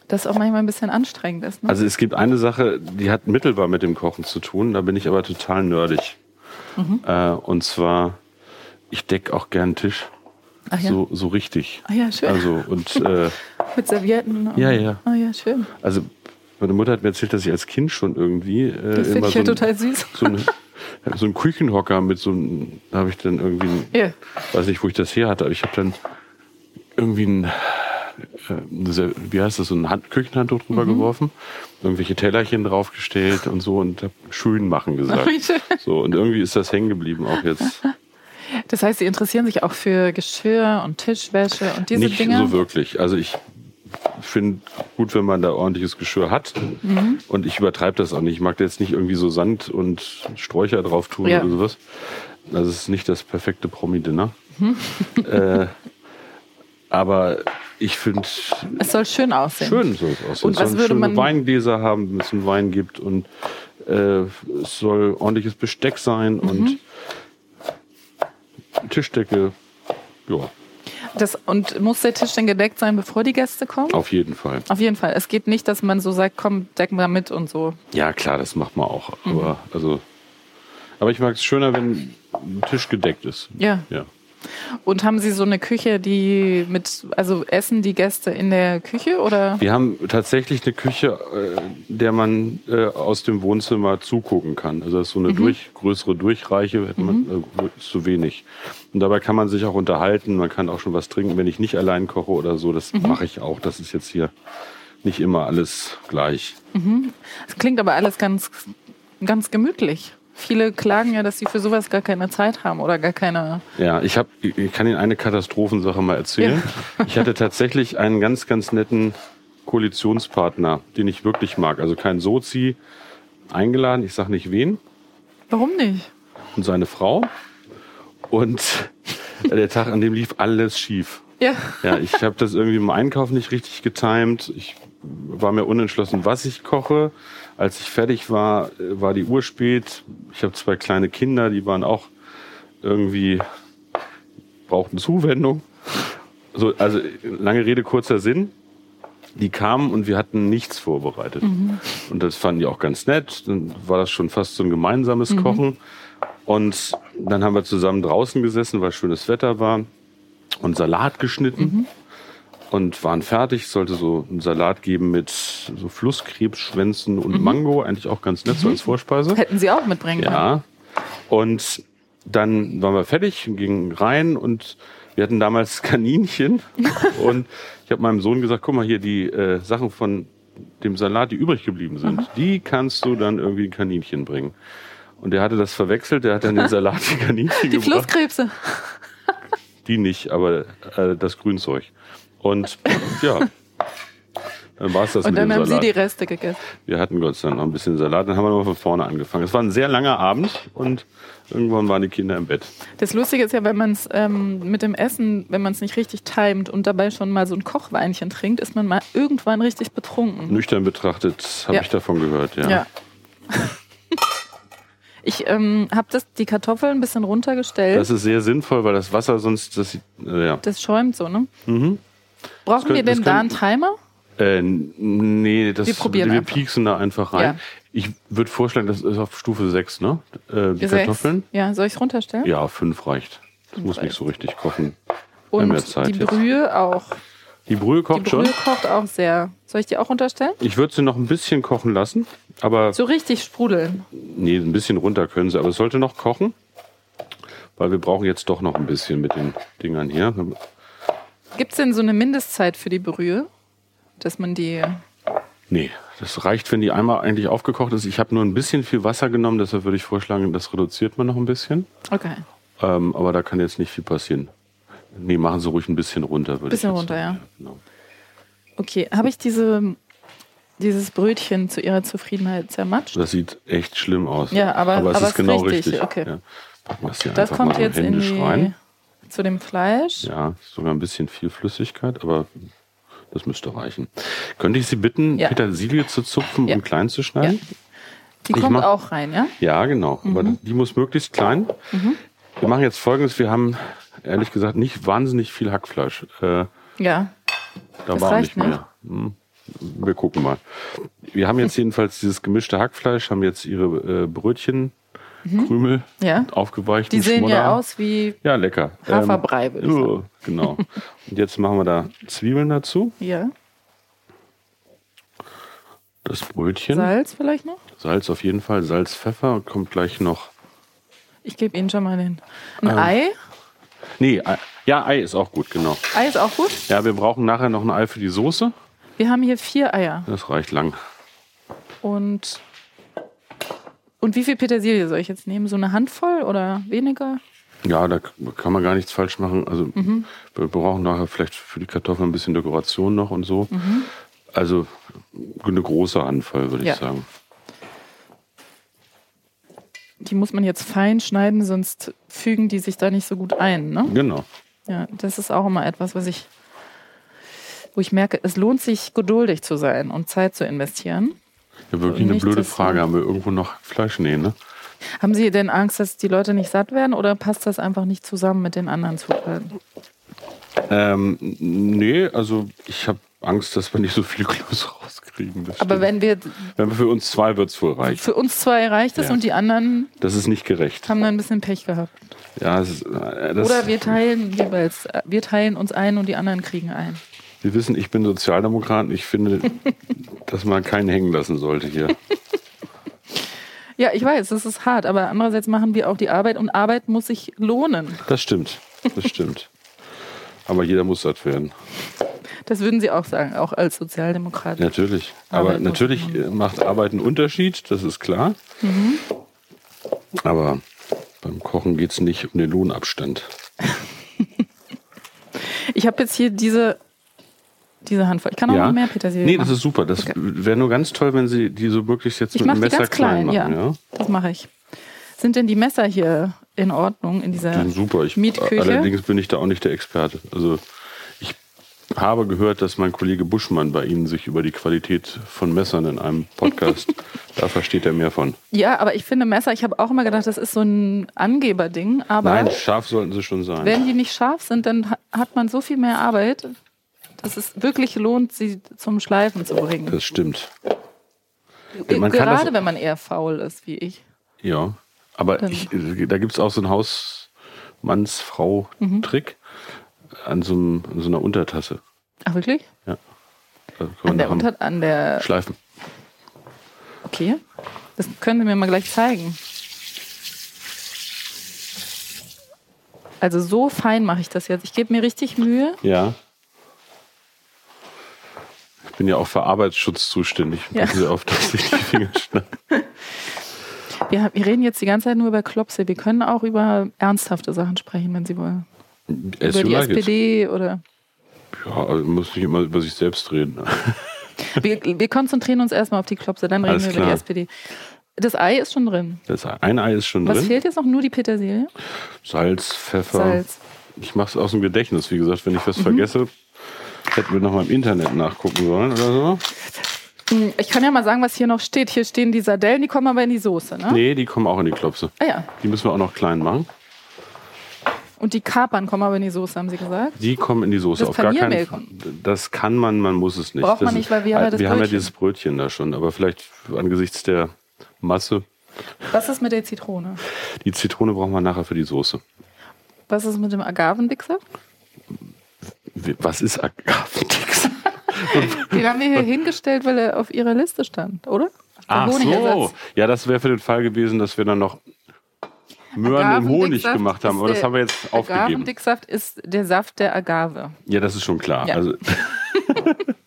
dass auch manchmal ein bisschen anstrengend ist. Ne? Also es gibt eine Sache, die hat mittelbar mit dem Kochen zu tun, da bin ich aber total nerdig. Mhm. Äh, und zwar, ich decke auch gern Tisch. Ach ja. So, so richtig. Ah ja, schön. Also, und äh, mit Servietten. und- Ja, ja. Ah ja, schön. also meine Mutter hat mir erzählt, dass ich als Kind schon irgendwie äh, Das finde immer ich so, ja ein, total süß. so, ein, so einen Küchenhocker mit so einem, da habe ich dann irgendwie, einen, Ja. weiß nicht, wo ich das her hatte, aber ich habe dann irgendwie ein, äh, eine Se- wie heißt das, so ein Hand, Küchenhandtuch drüber Mhm. geworfen, irgendwelche Tellerchen draufgestellt und so und hab schön machen gesagt. Wie schön. So, und irgendwie ist das hängen geblieben auch jetzt. Das heißt, Sie interessieren sich auch für Geschirr und Tischwäsche und diese Nicht Dinge. so wirklich. Also ich finde gut, wenn man da ordentliches Geschirr hat. Mhm. Und ich übertreibe das auch nicht. Ich mag da jetzt nicht irgendwie so Sand und Sträucher drauf tun Ja. oder sowas. Das ist nicht das perfekte Promi-Dinner. äh, aber Ich finde Es soll schön aussehen. schön soll es aussehen. Und es was sollen würde schöne man- Weingläser haben, wenn es einen Wein gibt und äh, es soll ordentliches Besteck sein Mhm. und Tischdecke. Ja, Das, und muss der Tisch denn gedeckt sein, bevor die Gäste kommen? auf jeden Fall. Auf jeden Fall. Es geht nicht, dass man so sagt, komm, decken wir mit und so. Ja, klar, das macht man auch. Aber, also, aber ich mag es schöner, wenn ein Tisch gedeckt ist. Ja. Ja. Und haben Sie so eine Küche, die mit, also essen die Gäste in der Küche oder? Wir haben tatsächlich eine Küche, äh, der man äh, aus dem Wohnzimmer zugucken kann. Also das ist so eine durch, größere Durchreiche, hätte man, äh, ist zu wenig. Und dabei kann man sich auch unterhalten, man kann auch schon was trinken, wenn ich nicht allein koche oder so. Das mache ich auch. Das ist jetzt hier nicht immer alles gleich. Es klingt aber alles ganz, ganz gemütlich. Viele klagen ja, dass sie für sowas gar keine Zeit haben oder gar keine. Ja, ich habe, ich kann Ihnen eine Katastrophensache mal erzählen. ich hatte tatsächlich einen ganz, ganz netten Koalitionspartner, den ich wirklich mag. Also kein Sozi eingeladen, ich sag nicht wen. Warum nicht? und seine Frau. Und der Tag, an dem lief alles schief. Ja. Ja, ich habe das irgendwie im Einkauf nicht richtig getimt. Ich war mir unentschlossen, was ich koche. Als ich fertig war, äh, war die Uhr spät. Ich habe zwei kleine Kinder, die waren auch irgendwie brauchten Zuwendung. So, also lange Rede, kurzer Sinn. Die kamen und wir hatten nichts vorbereitet. Und das fanden die auch ganz nett. Dann war das schon fast so ein gemeinsames Kochen. Und dann haben wir zusammen draußen gesessen, weil schönes Wetter war und Salat geschnitten und waren fertig. Sollte so einen Salat geben mit so Flusskrebsschwänzen und Mango. Eigentlich auch ganz nett so als Vorspeise. Hätten sie auch mitbringen können. Ja. Und dann waren wir fertig, und gingen rein und wir hatten damals Kaninchen. und ich habe meinem Sohn gesagt, guck mal hier, die äh, Sachen von dem Salat, die übrig geblieben sind, die kannst du dann irgendwie den Kaninchen bringen. Und der hatte das verwechselt, der hat dann den Salat die Kaninchen Die gebracht. Flusskrebse. Die nicht, aber äh, das Grünzeug. Und ja, dann war es das Und mit dann dem haben sie Salat. die Reste gegessen. Wir hatten Gott sei Dank noch ein bisschen Salat, dann haben wir nochmal von vorne angefangen. Es war ein sehr langer Abend und irgendwann waren die Kinder im Bett. Das Lustige ist ja, wenn man es ähm, mit dem Essen, wenn man es nicht richtig timet und dabei schon mal so ein Kochweinchen trinkt, ist man mal irgendwann richtig betrunken. Nüchtern betrachtet habe Ja. ich davon gehört, ja. Ja. Ich ähm, habe das die Kartoffeln ein bisschen runtergestellt. Das Das, ist sehr sinnvoll, weil das Wasser sonst, das, sieht- äh, ja. schäumt so, ne? Brauchen Mhm. Das wir könnte- denn das da einen könnte- Timer? Äh, n- nee, das, Wir probieren wir einfach. pieksen da einfach rein. Ja. Ich würde vorschlagen, das ist auf Stufe 6, ne? Äh, die Sechs? Kartoffeln? Ja, soll ich es runterstellen? Ja, 5 reicht. Das muss nicht reicht. so richtig kochen. haben Und ja Zeit die jetzt. Brühe auch. Die Brühe Die kocht Brühe schon. kocht auch sehr. Soll ich die auch runterstellen? Ich würde sie noch ein bisschen kochen lassen, aber So richtig sprudeln. nee, ein bisschen runter können sie, aber es sollte noch kochen, weil wir brauchen jetzt doch noch ein bisschen mit den Dingern hier. Gibt es denn so eine Mindestzeit für die Brühe? Dass man die. Nee, das reicht, wenn die einmal eigentlich aufgekocht ist. Ich habe nur ein bisschen viel Wasser genommen, deshalb würde ich vorschlagen, das reduziert man noch ein bisschen. Okay. Ähm, aber da kann jetzt nicht viel passieren. Nee, machen Sie ruhig ein bisschen runter, würde Bisschen ich jetzt runter, sagen. ja. Genau. Okay. Habe ich diese, dieses Brötchen zu Ihrer Zufriedenheit zermatscht? Das sieht echt schlimm aus. Ja, aber- es aber ist genau richtig. okay. Ja. Packen wir es hier Das einfach kommt mal jetzt in händisch die, rein. zu dem Fleisch. Ja, sogar ein bisschen viel Flüssigkeit, aber das müsste reichen. Könnte ich Sie bitten, Ja. Petersilie zu zupfen Ja. Mhm. und klein zu schneiden? Die Ich kommt mach- auch rein, ja? Ja, genau. Aber die muss möglichst klein. Mhm. Wir machen jetzt folgendes: Wir haben ehrlich gesagt nicht wahnsinnig viel Hackfleisch. Äh, da Ja. Das war auch reicht nicht mehr. Hm. Wir gucken mal. Wir haben jetzt jedenfalls dieses gemischte Hackfleisch, haben jetzt ihre äh, Brötchen, Krümel Mhm. Ja. aufgeweicht. Die mit sehen ja Schmodder. aus wie. Ja, lecker. Haferbrei, würde ich ja, Genau. Und jetzt machen wir da Zwiebeln dazu, Ja. das Brötchen, Salz, Salz vielleicht noch? auf jeden Fall, Salz, Pfeffer kommt gleich noch. Ich gebe Ihnen schon mal den. Ein Ähm. Ei? Nee, Ei- ja, Ei ist auch gut, genau. Ei ist auch gut. Ja, wir brauchen nachher noch ein Ei für die Soße. Wir haben hier vier Eier. Das reicht lang. Und, und wie viel Petersilie soll ich jetzt nehmen? So eine Handvoll oder weniger? Ja, da k- kann man gar nichts falsch machen. Also Mhm. wir brauchen nachher vielleicht für die Kartoffeln ein bisschen Dekoration noch und so. Also eine große Anfall, würde Mhm. Ja. ich sagen. Die muss man jetzt fein schneiden, sonst fügen die sich da nicht so gut ein. Ne? Genau. Ja, das ist auch immer etwas, was ich wo ich merke, es lohnt sich, geduldig zu sein und Zeit zu investieren. Ja, wirklich eine Nicht, blöde dass Frage. man- Haben wir irgendwo noch Fleisch? Nee, ne? Haben Sie denn Angst, dass die Leute nicht satt werden oder passt das einfach nicht zusammen mit den anderen Zutaten? Ähm, nee, also ich habe Angst, dass wir nicht so viel Kloß rauskriegen. Das Aber stimmt. wenn wir Wenn wir für uns zwei wird's wohl reichen. für uns zwei reicht es Ja. und die anderen Das ist nicht gerecht. haben dann ein bisschen Pech gehabt. Ja, es ist, äh, das, Oder wir teilen jeweils, äh, wir teilen uns ein und die anderen kriegen ein. Sie wissen, ich bin Sozialdemokrat. und Ich finde, dass man keinen hängen lassen sollte hier. Ja, ich weiß, das ist hart, aber andererseits machen wir auch die Arbeit und Arbeit muss sich lohnen. Das stimmt. Das stimmt. Aber jeder muss satt werden. Das würden Sie auch sagen, auch als Sozialdemokrat. Natürlich. Aber Arbeit muss natürlich äh, macht Arbeit einen Unterschied, das ist klar. Mhm. Aber beim Kochen geht's nicht um den Lohnabstand. Ich habe jetzt hier diese, diese Handvoll. Ich kann auch noch mehr Petersilie Nee, machen. das ist super. Das Okay. wäre nur ganz toll, wenn Sie die so möglichst jetzt ich mit mache einem die Messer ganz klein, machen. ja. Das mache ich. Sind denn die Messer hier in Ordnung in dieser Ja, super. Ich, Mietküche? Allerdings bin ich da auch nicht der Experte. Also ich habe gehört, dass mein Kollege Buschmann bei Ihnen sich über die Qualität von Messern in einem Podcast, da versteht er mehr von. Ja, aber ich finde Messer, ich habe auch immer gedacht, das ist so ein Angeberding, aber Nein, scharf sollten sie schon sein. wenn die nicht scharf sind, dann ha- hat man so viel mehr Arbeit, dass es wirklich lohnt, sie zum Schleifen zu bringen. das stimmt. Äh, man kann Gerade das- wenn man eher faul ist, wie ich. Ja. Aber Dann- ich, da gibt es auch so einen Hausmannsfrau-Trick an, so einem- an so einer Untertasse. Ach, wirklich? Da kann man An der, nach dem Unter an der Schleifen. Okay. Das können Sie mir mal gleich zeigen. Also so fein mache ich das jetzt. Ich gebe mir richtig Mühe. Ja. Ich bin ja auch für Arbeitsschutz zuständig. Ja. Passen Sie auf, dass ich die Finger schneide. Wir, ha- wir reden jetzt die ganze Zeit nur über Klopse. Wir können auch über ernsthafte Sachen sprechen, wenn Sie wollen. As über you die like it. SPD oder. Ja, also man muss nicht immer über sich selbst reden. Wir, wir konzentrieren uns erstmal auf die Klopse, dann reden Alles wir über klar. die SPD. Das Ei ist schon drin. Das ein Ei ist schon Was drin. fehlt jetzt noch? Nur die Petersilie? Salz, Pfeffer. Salz. Mhm. Ich mache es aus dem Gedächtnis. Wie gesagt, wenn ich was vergesse, hätten wir nochmal im Internet nachgucken sollen oder so. Hm, Ich kann ja mal sagen, was hier noch steht. Hier stehen die Sardellen, die kommen aber in die Soße, ne? Nee, die kommen auch in die Klopse. Ah ja. Die müssen wir auch noch klein machen. Und die Kapern kommen aber in die Soße, haben Sie gesagt? Die kommen in die Soße. Das Auf gar Paniermehl keinen Das kann man, man muss es nicht. Braucht das man nicht, weil wir haben ja das Wir haben ja Brötchen. dieses Brötchen da schon. Aber vielleicht angesichts der Masse. Was ist mit der Zitrone? Die Zitrone brauchen wir nachher für die Soße. Was ist mit dem Agavendicksaft? Wie- Was ist Agavendicksaft? Den haben wir hier hingestellt, weil er auf ihrer Liste stand, oder? Ach so. Honigersatz. Ja, das wäre für den Fall gewesen, dass wir dann noch Möhren im Honig Agavendicksaft gemacht haben. ist Aber das der- haben wir jetzt aufgegeben. Agavendicksaft ist der Saft der Agave. Ja, das ist schon klar. Ja. Also,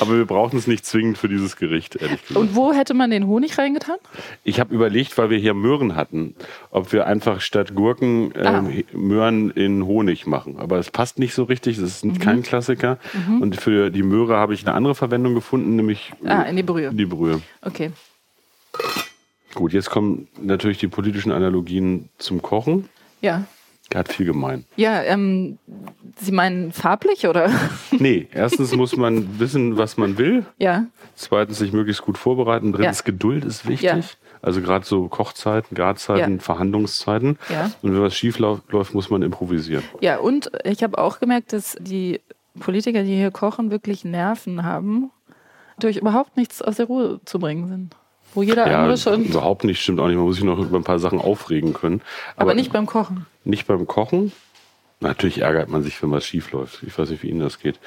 aber wir brauchen es nicht zwingend für dieses Gericht, ehrlich gesagt. Und wo hätte man den Honig reingetan? ich habe überlegt, weil wir hier Möhren hatten, ob wir einfach statt Gurken ähm, Ah. He- Möhren in Honig machen. Aber es passt nicht so richtig, das Mhm. ist kein Klassiker. Und für die Möhre habe ich eine andere Verwendung gefunden, nämlich Ah, äh, in die Brühe. die Brühe. Okay. Gut, jetzt kommen natürlich die politischen Analogien zum Kochen. Ja. Der hat viel gemein. Ja, ähm, Sie meinen farblich oder? Nee, erstens muss man wissen, was man will. ja. Zweitens, sich möglichst gut vorbereiten. Drittens, Ja. Geduld ist wichtig. Ja. Also gerade so Kochzeiten, Garzeiten, Ja. Verhandlungszeiten. Ja. Und wenn was schief lau- läuft, muss man improvisieren. Ja, und ich habe auch gemerkt, dass die Politiker, die hier kochen, wirklich Nerven haben, durch überhaupt nichts aus der Ruhe zu bringen sind. Wo jeder andere schon. überhaupt nicht, stimmt auch nicht. Man muss sich noch über ein paar Sachen aufregen können. Aber, aber nicht beim Kochen. nicht beim Kochen. Natürlich ärgert man sich, wenn was schief läuft. Ich weiß nicht, wie Ihnen das geht.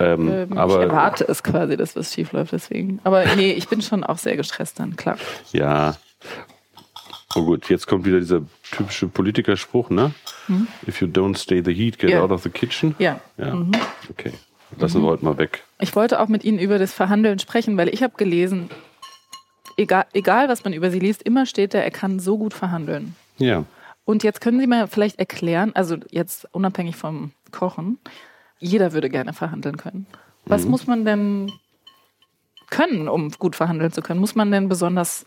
Ähm, Ähm, ich aber erwarte es quasi, dass was schief läuft, deswegen. Aber nee, ich bin schon auch sehr gestresst dann, klar. ja. Oh gut, jetzt kommt wieder dieser typische Politikerspruch, ne? If you don't stay the heat, get Ja. out of the kitchen. Ja. Ja, okay. Lassen wir heute mal weg. Ich wollte auch mit Ihnen über das Verhandeln sprechen, weil ich habe gelesen, egal, egal was man über Sie liest, immer steht da, er kann so gut verhandeln. Ja. Und jetzt können Sie mir vielleicht erklären, also jetzt unabhängig vom Kochen, jeder würde gerne verhandeln können. Was muss man denn können, um gut verhandeln zu können? Muss man denn besonders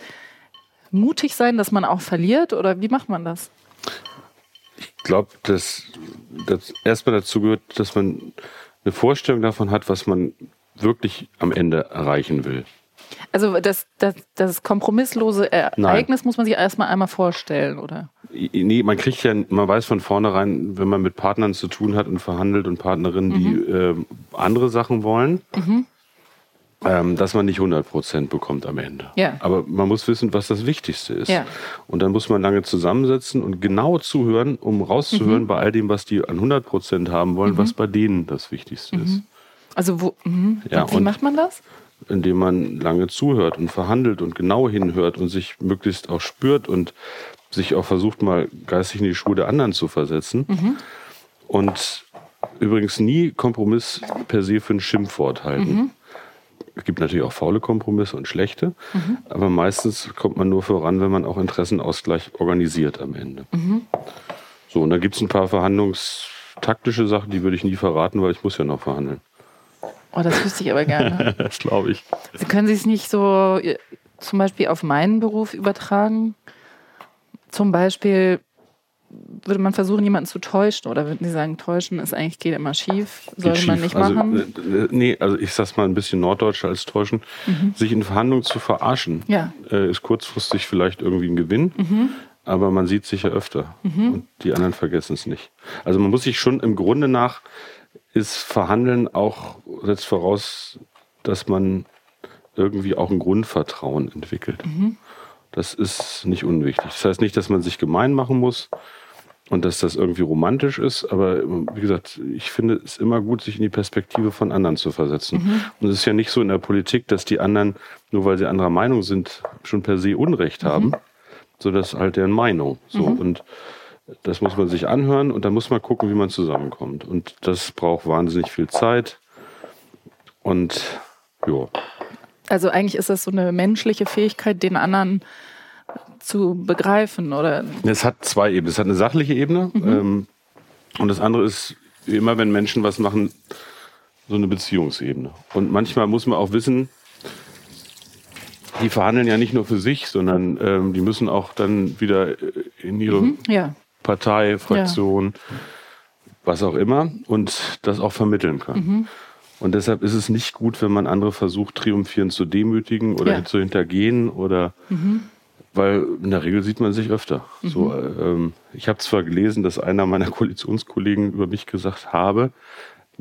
mutig sein, dass man auch verliert oder wie macht man das? Ich glaube, dass, dass erstmal dazu gehört, dass man eine Vorstellung davon hat, was man wirklich am Ende erreichen will. Also das, das, das kompromisslose Ereignis muss man sich erstmal einmal vorstellen, oder? Nee, man kriegt ja, man weiß von vornherein, wenn man mit Partnern zu tun hat und verhandelt und Partnerinnen, die Mhm. ähm, andere Sachen wollen, ähm, dass man nicht 100% bekommt am Ende. Ja. Aber man muss wissen, was das Wichtigste ist. Ja. Und dann muss man lange zusammensetzen und genau zuhören, um rauszuhören Mhm. bei all dem, was die an 100% haben wollen, was bei denen das Wichtigste ist. Also wo, mhm. Ja, und wie und- macht man das? indem man lange zuhört und verhandelt und genau hinhört und sich möglichst auch spürt und sich auch versucht, mal geistig in die Schuhe der anderen zu versetzen. Und übrigens nie Kompromiss per se für ein Schimpfwort halten. Es gibt natürlich auch faule Kompromisse und schlechte, aber meistens kommt man nur voran, wenn man auch Interessenausgleich organisiert am Ende. So, und da gibt es ein paar verhandlungstaktische Sachen, die würde ich nie verraten, weil ich muss ja noch verhandeln. Oh, das wüsste ich aber gerne. Das glaube ich. Sie können Sie es nicht so äh, zum Beispiel auf meinen Beruf übertragen? Zum Beispiel würde man versuchen, jemanden zu täuschen oder würden Sie sagen, täuschen ist eigentlich geht immer schief, sollte Geht man schief. nicht also, machen? äh, äh, Nee, also ich sag's mal ein bisschen norddeutscher als täuschen. Sich in Verhandlungen zu verarschen, Mhm. Ja. Mhm. äh, ist kurzfristig vielleicht irgendwie ein Gewinn, aber man sieht sich ja öfter und die anderen vergessen es nicht. Also man muss sich schon im Grunde nach, ist Verhandeln auch, setzt voraus, dass man irgendwie auch ein Grundvertrauen entwickelt. Mhm. Das ist nicht unwichtig. Das heißt nicht, dass man sich gemein machen muss, und dass das irgendwie romantisch ist, aber ähm, wie gesagt, ich finde es immer gut, sich in die Perspektive von anderen zu versetzen. Und es ist ja nicht so in der Politik, dass die anderen, nur weil sie anderer Meinung sind, schon per se Unrecht haben, sondern das ist halt deren Meinung. So. Und das muss man sich anhören und dann muss man gucken, wie man zusammenkommt. Und das braucht wahnsinnig viel Zeit. Und ja, Also eigentlich ist das so eine menschliche Fähigkeit, den anderen zu begreifen oder Es hat zwei Ebenen. Es hat eine sachliche Ebene ähm, und das andere ist, wie immer, wenn Menschen was machen, so eine Beziehungsebene. Und manchmal muss man auch wissen, die verhandeln ja nicht nur für sich, sondern ähm, die müssen auch dann wieder äh, in ihre ja. Partei, Fraktion, was auch immer und das auch vermitteln kann. Mhm. Und deshalb ist es nicht gut, wenn man andere versucht, triumphierend zu demütigen oder Ja. Mhm. zu hintergehen oder weil in der Regel sieht man sich öfter. So, äh, ähm, ich habe zwar gelesen, dass einer meiner Koalitionskollegen über mich gesagt habe,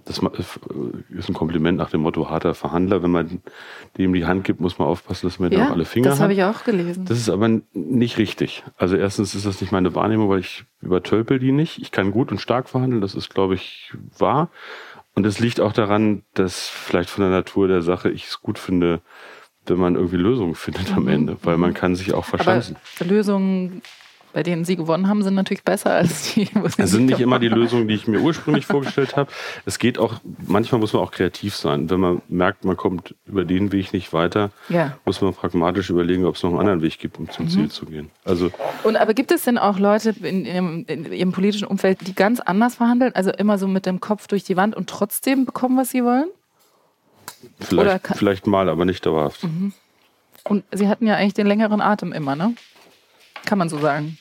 das ma- äh, ist ein Kompliment nach dem Motto harter Verhandler. Wenn man dem die Hand gibt, muss man aufpassen, dass man ja, Ja, auch Genau, alle Finger das hat. habe ich auch gelesen. Das ist aber n- nicht richtig. Also erstens ist das nicht meine Wahrnehmung, weil ich übertölpel die nicht. Ich kann gut und stark verhandeln, das ist, glaube ich, wahr. Und es liegt auch daran, dass vielleicht von der Natur der Sache ich es gut finde, wenn man irgendwie Lösungen findet am Ende, weil man kann sich auch Mhm. Aber verschanzen. Lösungen, bei denen Sie gewonnen haben, sind natürlich besser als die. wo Sie Es sind Also nicht immer die gewonnen Lösungen, die ich mir ursprünglich vorgestellt habe. Es geht auch, manchmal muss man auch kreativ sein. Wenn man merkt, man kommt über den Weg nicht weiter, Ja. Mhm. muss man pragmatisch überlegen, ob es noch einen anderen Weg gibt, um zum Ziel zu gehen. Also haben. Und aber gibt es denn auch Leute in ihrem, in ihrem politischen Umfeld, die ganz anders verhandeln, also immer so mit dem Kopf durch die Wand und trotzdem bekommen, was sie wollen? Oder vielleicht, kann- vielleicht mal, aber nicht dauerhaft. Und sie hatten ja eigentlich den längeren Atem immer, ne? Kann man so sagen.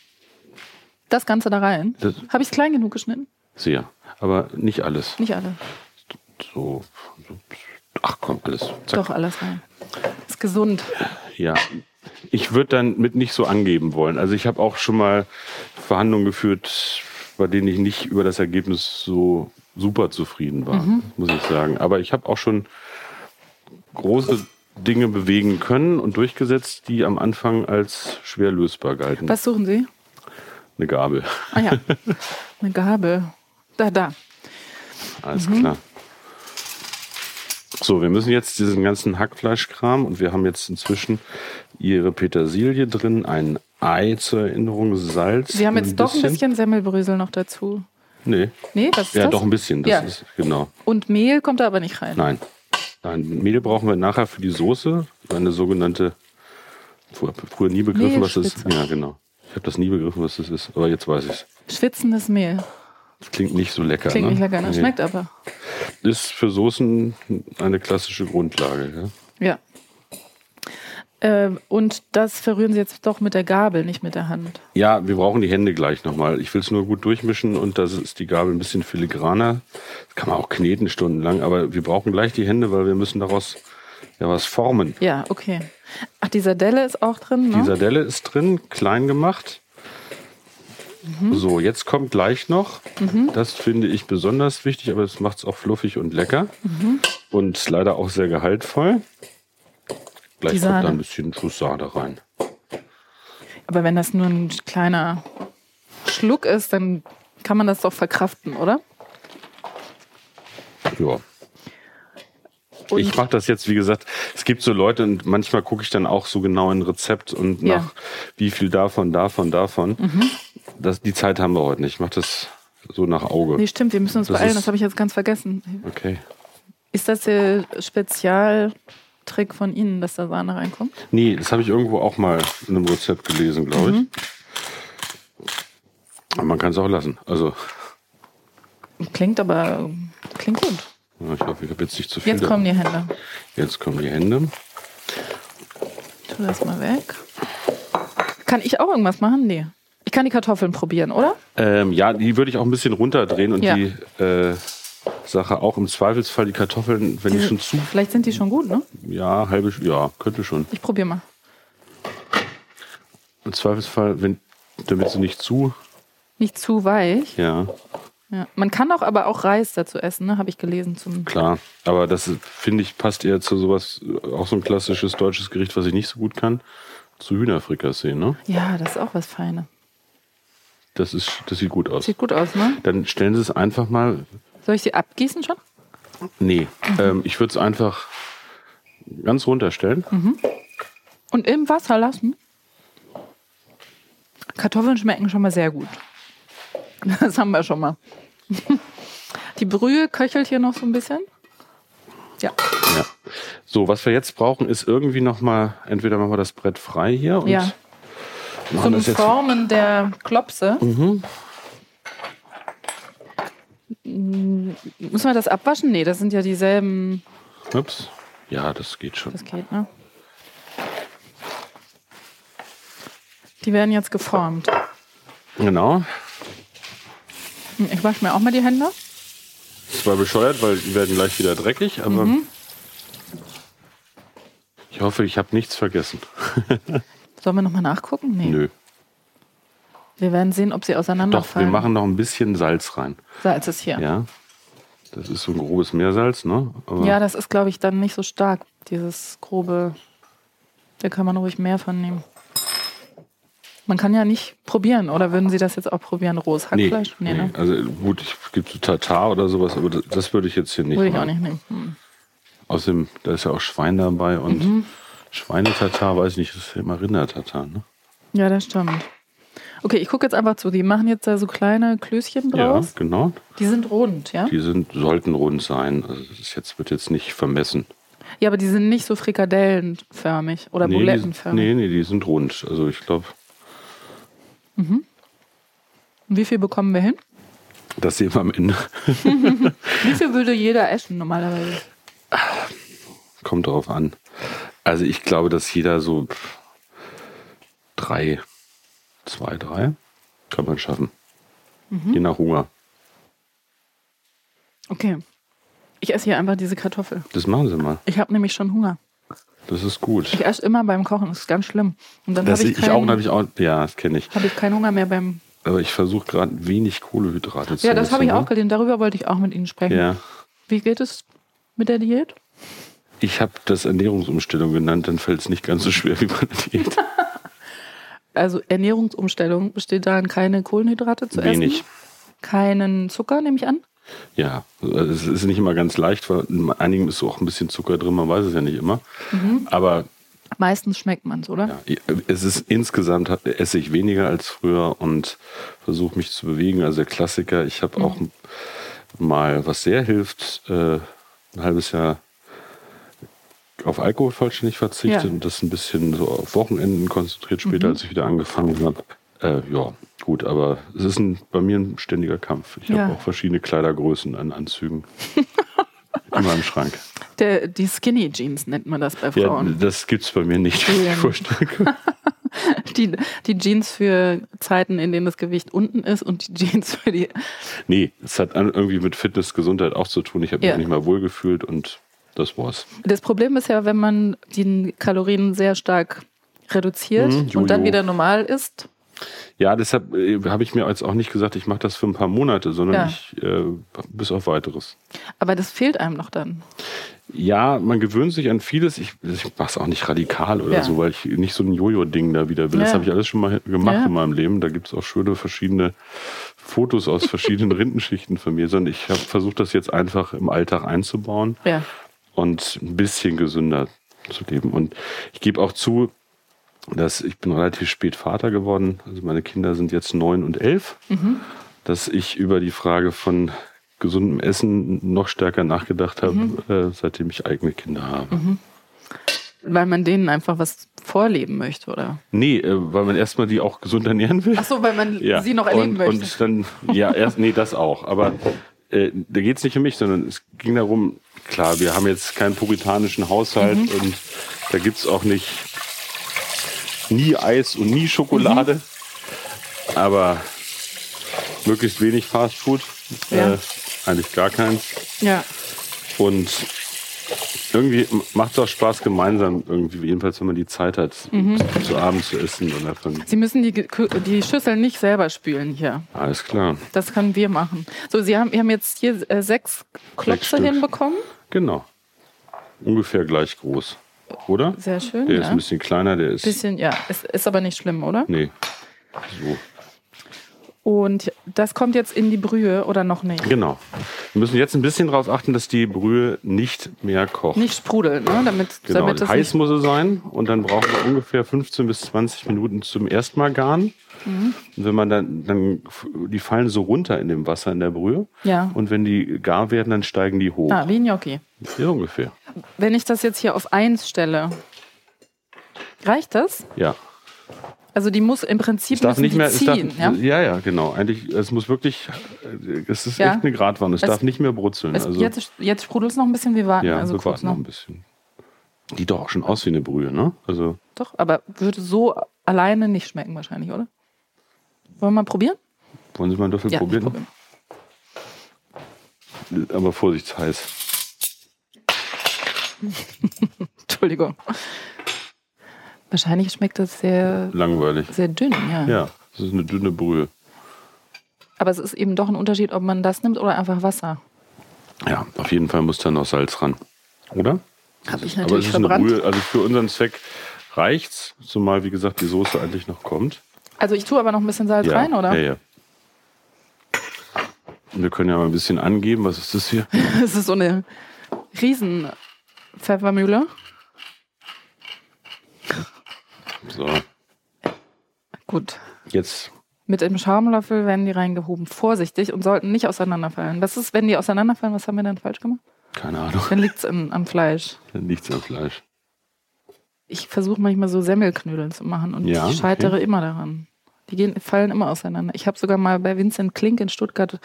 Das Ganze da rein. Das- Habe ich klein genug geschnitten? Sehr. Aber nicht alles. Nicht alle. So. so- Ach komm, alles. Zack. Doch, alles rein. Ist gesund. Ja. Ich würde dann mit nicht so angeben wollen. Also ich habe auch schon mal Verhandlungen geführt, bei denen ich nicht über das Ergebnis so super zufrieden war, muss ich sagen. Aber ich habe auch schon große Dinge bewegen können und durchgesetzt, die am Anfang als schwer lösbar galten. Was suchen Sie? Eine Gabel. Ah ja, eine Gabel. Da, da. Alles Mhm. klar. So, wir müssen jetzt diesen ganzen Hackfleischkram und wir haben jetzt inzwischen ihre Petersilie drin, ein Ei zur Erinnerung, Salz. Sie haben jetzt doch ein bisschen Semmelbrösel noch dazu. Nee. Nee, was ist Ja, das? doch ein bisschen. Das Ja. ist, genau. Und Mehl kommt da aber nicht rein. Nein. Nein. Mehl brauchen wir nachher für die Soße. Eine sogenannte. Früher, früher nie begriffen, was das ist. Mehlspitze. Ja, genau. Ich habe das nie begriffen, was das ist. Aber jetzt weiß ich es. Schwitzendes Mehl. Klingt nicht so lecker. Klingt ne? nicht lecker, ne? Nee. schmeckt aber. Ist für Soßen eine klassische Grundlage. Ja? Ja. Äh, und das verrühren Sie jetzt doch mit der Gabel, nicht mit der Hand. Ja, wir brauchen die Hände gleich nochmal. Ich will es nur gut durchmischen und das ist die Gabel ein bisschen filigraner. Das kann man auch kneten stundenlang, aber wir brauchen gleich die Hände, weil wir müssen daraus ja was formen. Ja, okay. Ach, die Sardelle ist auch drin, Die ne? Sardelle ist drin, klein gemacht. So, jetzt kommt gleich noch, das finde ich besonders wichtig, aber es macht es auch fluffig und lecker und leider auch sehr gehaltvoll. Die Gleich kommt Sahne. da ein bisschen Schuss Sahne rein. Aber wenn das nur ein kleiner Schluck ist, dann kann man das doch verkraften, oder? Ja. Und- ich mache das jetzt, wie gesagt, es gibt so Leute und manchmal gucke ich dann auch so genau in ein Rezept und Ja. Mhm. nach wie viel davon, davon, davon. Das, die Zeit haben wir heute nicht. Ich mache das so nach Auge. Nee, stimmt, wir müssen uns Das beeilen, ist- das habe ich jetzt ganz vergessen. Okay. Ist das der Spezialtrick von Ihnen, dass da Sahne reinkommt? Nee, das habe ich irgendwo auch mal in einem Rezept gelesen, glaube Mhm. ich. Aber man kann es auch lassen. Also, Klingt aber, klingt gut. ja, ich glaube, ich habe jetzt nicht zu viel. Jetzt da- kommen die Hände. jetzt kommen die Hände. Tu das mal weg. Kann ich auch irgendwas machen? Nee. Ich kann die Kartoffeln probieren, oder? Ähm, ja, die würde ich auch ein bisschen runterdrehen und Ja. die äh, Sache auch im Zweifelsfall die Kartoffeln, wenn die Die- schon zu, Vielleicht sind die schon gut, ne? ja, halbe, Sch- ja, könnte schon. Ich probiere mal. Im Zweifelsfall, wenn, damit sie nicht zu, Nicht zu weich. ja, Ja. Man kann auch aber auch Reis dazu essen, ne? Habe ich gelesen zum. klar. Aber das ist- finde ich passt eher zu sowas, äh, auch so ein klassisches deutsches Gericht, was ich nicht so gut kann, zu Hühnerfrikassee, ne? Ja, das ist auch was Feines. Das ist, das sieht gut aus. Sieht gut aus, ne? Dann stellen Sie es einfach mal. Soll ich sie abgießen schon? Nee, ähm, ich würde es einfach ganz runterstellen. Und im Wasser lassen? Kartoffeln schmecken schon mal sehr gut. Das haben wir schon mal. Die Brühe köchelt hier noch so ein bisschen. Ja, Ja. So, was wir jetzt brauchen, ist irgendwie nochmal, entweder machen wir das Brett frei hier und ja. machen Zum das jetzt. Formen der Klopse. Mm, Müssen wir das abwaschen? Nee, das sind ja dieselben. Ups. Ja, das geht schon. Das geht, ne? Die werden jetzt geformt. Genau. Ich wasche mir auch mal die Hände. Zwar bescheuert, weil die werden gleich wieder dreckig, aber Mhm. ich hoffe, ich habe nichts vergessen. Sollen wir nochmal nachgucken? Nee. Nö. Wir werden sehen, ob sie Doch, wir auseinanderfallen. machen noch ein bisschen Salz rein. Salz ist hier. Ja, Ja. Das ist so ein grobes Meersalz, ne? Aber das ist, glaube ich, dann nicht so stark, dieses grobe. Da kann man ruhig mehr von nehmen. Man kann ja nicht probieren, oder würden Sie das jetzt auch probieren? Rohes nee, Hackfleisch? nee, ne? Also gut, es gibt so Tatar oder sowas, aber das, das würde ich jetzt hier nicht Würde ich auch machen. nicht nehmen. Hm. Außerdem, da ist ja auch Schwein dabei und Mhm. Schweinetatar, weiß ich nicht, das ist ja immer Rindertatar, ne? Ja, das stimmt. Okay, ich gucke jetzt einfach zu. Die machen jetzt da so kleine Klößchen Ja, draus. genau. Die sind rund, ja? Die sind, sollten rund sein. Also das ist jetzt, wird jetzt nicht vermessen. Ja, aber die sind nicht so frikadellenförmig oder Nee, die, bulettenförmig. nee, nee, die sind rund. Also ich glaube, Und Wie viel bekommen wir hin? das sehen wir am Ende. Wie viel würde jeder essen normalerweise? Kommt drauf an. Also ich glaube, dass jeder so pff, drei, zwei, drei kann man schaffen. Mhm. Je nach Hunger. Okay. Ich esse hier einfach diese Kartoffel. Das machen sie mal. Ich habe nämlich schon Hunger. Das ist gut. Ich esse immer beim Kochen, das ist ganz schlimm. Und dann Das habe ich, ich, ich auch, keinen- habe ich auch. Ja, das kenne ich. hab ich keinen Hunger mehr beim. Aber ich versuche gerade wenig Kohlehydrate zu Ja, das habe ich essen, auch gelesen. Darüber wollte ich auch mit Ihnen sprechen. ne? Ja. Wie geht es mit der Diät? Ich habe das Ernährungsumstellung genannt, dann fällt es nicht ganz so schwer wie bei der Diät. Also Ernährungsumstellung besteht darin, keine Kohlenhydrate zu Wenig. essen. Keinen Zucker, nehme ich an. Ja, also es ist nicht immer ganz leicht, weil in einigen ist auch ein bisschen Zucker drin, man weiß es ja nicht immer. Aber Meistens schmeckt man es, oder? ja, es ist insgesamt hat- esse ich weniger als früher und versuche mich zu bewegen. Also der Klassiker, ich habe Mhm. auch mal, was sehr hilft, äh, ein halbes Jahr auf Alkohol vollständig verzichtet Ja. Mhm. und das ein bisschen so auf Wochenenden konzentriert, später als ich wieder angefangen habe. Äh, ja, gut, aber es ist ein, bei mir ein ständiger Kampf. Ich Ja. habe auch verschiedene Kleidergrößen an Anzügen in meinem Schrank. der, die Skinny Jeans nennt man das bei Frauen. Ja, das gibt's bei mir nicht, wie ich Ja. vorstelle. Die, die Jeans für Zeiten, in denen das Gewicht unten ist und die Jeans für die. Nee, es hat an- irgendwie mit Fitness, Gesundheit auch zu tun. Ich habe Ja. mich nicht mal wohlgefühlt und das war's. Das Problem ist ja, wenn man die Kalorien sehr stark reduziert Mhm, Jojo. und dann wieder normal isst. Ja, deshalb äh, habe ich mir jetzt auch nicht gesagt, ich mache das für ein paar Monate, sondern Ja. ich äh, bis auf weiteres. Aber das fehlt einem noch dann. Ja, man gewöhnt sich an vieles. Ich, ich mache es auch nicht radikal oder Ja. so, weil ich nicht so ein Jojo-Ding da wieder will. Das Ja. habe ich alles schon mal gemacht Ja. in meinem Leben. Da gibt es auch schöne verschiedene Fotos aus verschiedenen Rindenschichten von mir, sondern ich habe versucht, das jetzt einfach im Alltag einzubauen Ja. und ein bisschen gesünder zu leben. Und ich gebe auch zu, dass ich bin relativ spät Vater geworden. Also meine Kinder sind jetzt neun und elf, dass ich über die Frage von gesundem Essen noch stärker nachgedacht habe, äh, seitdem ich eigene Kinder habe. Weil man denen einfach was vorleben möchte, oder? Nee, äh, weil man erstmal die auch gesund ernähren will. Ach so, weil man sie noch erleben und, möchte. Und dann, ja, erst, nee, das auch. Aber äh, da geht's nicht um mich, sondern es ging darum, klar, wir haben jetzt keinen puritanischen Haushalt Mhm. und da gibt's auch nicht nie Eis und nie Mhm. Schokolade. Aber möglichst wenig Fast Food. Ja. Äh, eigentlich gar keins. ja. Und irgendwie macht es auch Spaß, gemeinsam irgendwie, jedenfalls wenn man die Zeit hat, Mhm. zu, zu Abend zu essen. Und davon, Sie müssen die, Ge- Kü- die Schüsseln nicht selber spülen hier. alles klar. Das können wir machen. So, Sie haben, wir haben jetzt hier äh, sechs Klopse Stück. hinbekommen. Genau. Ungefähr gleich groß. Oder? Sehr schön. Der ist ja. ein bisschen kleiner, der ist. bisschen, ja. Es ist aber nicht schlimm, oder? Nee. So. Und das kommt jetzt in die Brühe oder noch nicht? Genau. Wir müssen jetzt ein bisschen darauf achten, dass die Brühe nicht mehr kocht. Nicht sprudeln, ne? Damit, genau. damit das Heiß nicht, muss sie sein. Und dann brauchen wir ungefähr 15 bis 20 Minuten zum ersten Mal garen. Mhm. Und wenn man dann, dann, die fallen so runter in dem Wasser in der Brühe. Ja. Und wenn die gar werden, dann steigen die hoch. ah, wie Gnocchi. Ja, ungefähr. Wenn ich das jetzt hier auf eins stelle, reicht das? Ja. Also die muss im Prinzip Es darf müssen nicht die mehr, es darf, ziehen. ja? ja? ja, genau. Eigentlich, es muss wirklich, äh, es ist Ja. echt eine Gratwanne. Es, Es- darf nicht mehr brutzeln. es, also, jetzt jetzt sprudelt es noch ein bisschen, wir warten ja, also wir kurz warten noch ein bisschen. Die doch auch schon aus wie eine Brühe, ne? Also, Doch, aber würde so alleine nicht schmecken wahrscheinlich, oder? Wollen wir mal probieren? wollen Sie mal einen Löffel Ja, probieren? probieren. Aber Vorsicht, heiß. Entschuldigung. Wahrscheinlich schmeckt das sehr, Langweilig. sehr dünn, ja. Ja, es ist eine dünne Brühe. Aber es ist eben doch ein Unterschied, ob man das nimmt oder einfach Wasser. Ja, auf jeden Fall muss da noch Salz ran. Oder? Habe ich Aber es natürlich ist verbrannt. eine Brühe, also für unseren Zweck reicht's, zumal, wie gesagt, die Soße eigentlich noch kommt. Also ich tue aber noch ein bisschen Salz rein, oder? Ja, ja. Wir können ja mal ein bisschen angeben, was ist das hier? Es ist so eine riesen Pfeffermühle. So, Gut. jetzt Mit dem Schaumlöffel werden die reingehoben. Vorsichtig und sollten nicht auseinanderfallen. Was ist, wenn die auseinanderfallen? Was haben wir dann falsch gemacht? Keine Ahnung, Dann liegt es am Fleisch. nichts am Fleisch. Ich versuche manchmal so Semmelknödel zu machen und Ja, ich scheitere immer daran. Die gehen, fallen immer auseinander. Ich habe sogar mal bei Vincent Klink in Stuttgart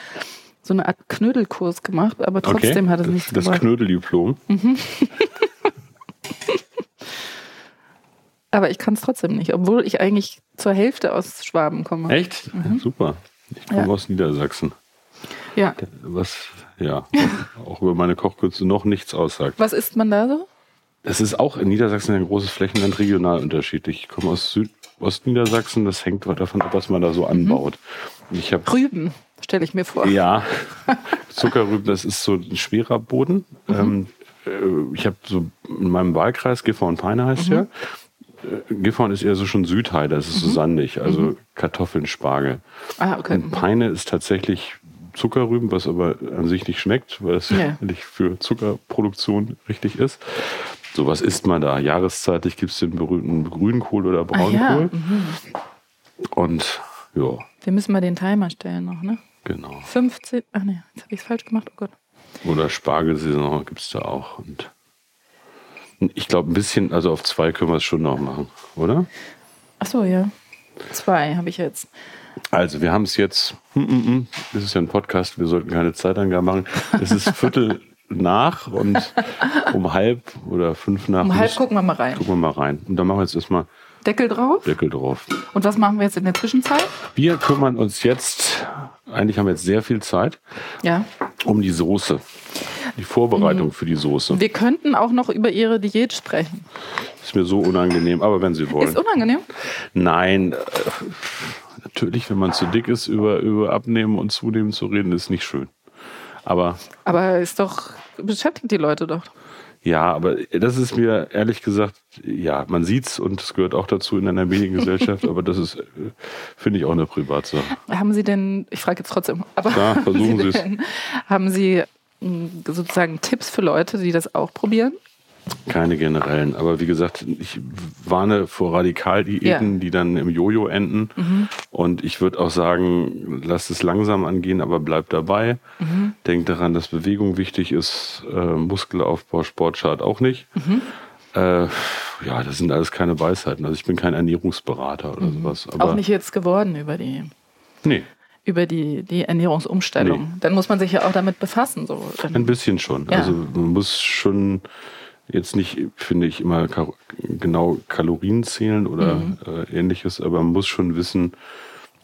so eine Art Knödelkurs gemacht, aber trotzdem hat es Mhm. das, nichts Das gebracht. Knödeldiplom. Aber ich kann es trotzdem nicht, obwohl ich eigentlich zur Hälfte aus Schwaben komme. Echt? Super. Ich komme Mhm. Ja. aus Niedersachsen. Ja. Was, ja, auch über meine Kochkünste noch nichts aussagt. Was isst man da so? Es ist auch in Niedersachsen ein großes Flächenland regional unterschiedlich. Ich komme aus Südostniedersachsen, das hängt davon ab, was man da so anbaut. Mhm. Ich habe Rüben, stelle ich mir vor. Ja, Zuckerrüben, das ist so ein schwerer Boden. Mhm. Ähm, äh, ich habe so in meinem Wahlkreis, Gifhorn Peine Mhm. heißt ja, äh, Gifhorn ist eher so schon Südhei, das Mhm. ist so sandig, also Kartoffeln, Spargel. Ah, okay. Und Peine ist tatsächlich Zuckerrüben, was aber an sich nicht schmeckt, weil es Ja. nicht für Zuckerproduktion richtig ist. Sowas isst man da. Jahreszeitlich gibt es den berühmten Grünkohl oder Ah, ja. Braunkohl. Und ja, Wir müssen mal den Timer stellen noch, ne? genau. 15. Ach nee, jetzt habe ich es falsch gemacht. Oh Gott. Oder Spargelsaison gibt es da auch. Und ich glaube, ein bisschen, also auf zwei können wir es schon noch machen, oder? Ach so, ja. Zwei habe ich jetzt. Also, wir haben es jetzt, hm, hm, hm, das ist ja ein Podcast, wir sollten keine Zeitangaben machen. Es ist Viertel nach und um halb oder fünf nach. Um halb muss- gucken wir mal rein. gucken wir mal rein. Und dann machen wir jetzt erstmal Deckel drauf. Deckel drauf. Und was machen wir jetzt in der Zwischenzeit? Wir kümmern uns jetzt, eigentlich haben wir jetzt sehr viel Zeit, Ja. um die Soße. Die Mhm. Vorbereitung für die Soße. Wir könnten auch noch über Ihre Diät sprechen. Ist mir so unangenehm, aber wenn Sie wollen. Ist unangenehm. Nein, äh, natürlich, wenn man zu dick ist, über, über Abnehmen und Zunehmen zu reden, ist nicht schön. Aber Aber ist doch, beschäftigt die Leute doch. ja, aber das ist mir ehrlich gesagt, ja, man sieht's und es gehört auch dazu in einer Mediengesellschaft, aber das ist, äh, finde ich, auch eine Privatsache. Haben Sie denn, ich frage jetzt trotzdem, aber Klar, versuchen haben, Sie's. Sie denn, haben Sie mh, sozusagen Tipps für Leute, die das auch probieren? Keine generellen, aber wie gesagt, ich warne vor Radikaldiäten, Ja. Mhm. die dann im Jojo enden. Und ich würde auch sagen, lasst es langsam angehen, aber bleibt dabei. Mhm. Denkt daran, dass Bewegung wichtig ist, äh, Muskelaufbau, Sport schadet auch nicht. Mhm. Äh, ja, das sind alles keine Weisheiten. Also ich bin kein Ernährungsberater oder sowas. Aber Mhm. auch nicht jetzt geworden über die Nee, über die, die Ernährungsumstellung. Nee. Dann muss man sich ja auch damit befassen. So. ein bisschen schon. Ja. Also man muss schon jetzt nicht, finde ich, immer kar genau Kalorien zählen oder äh, ähnliches, aber man muss schon wissen,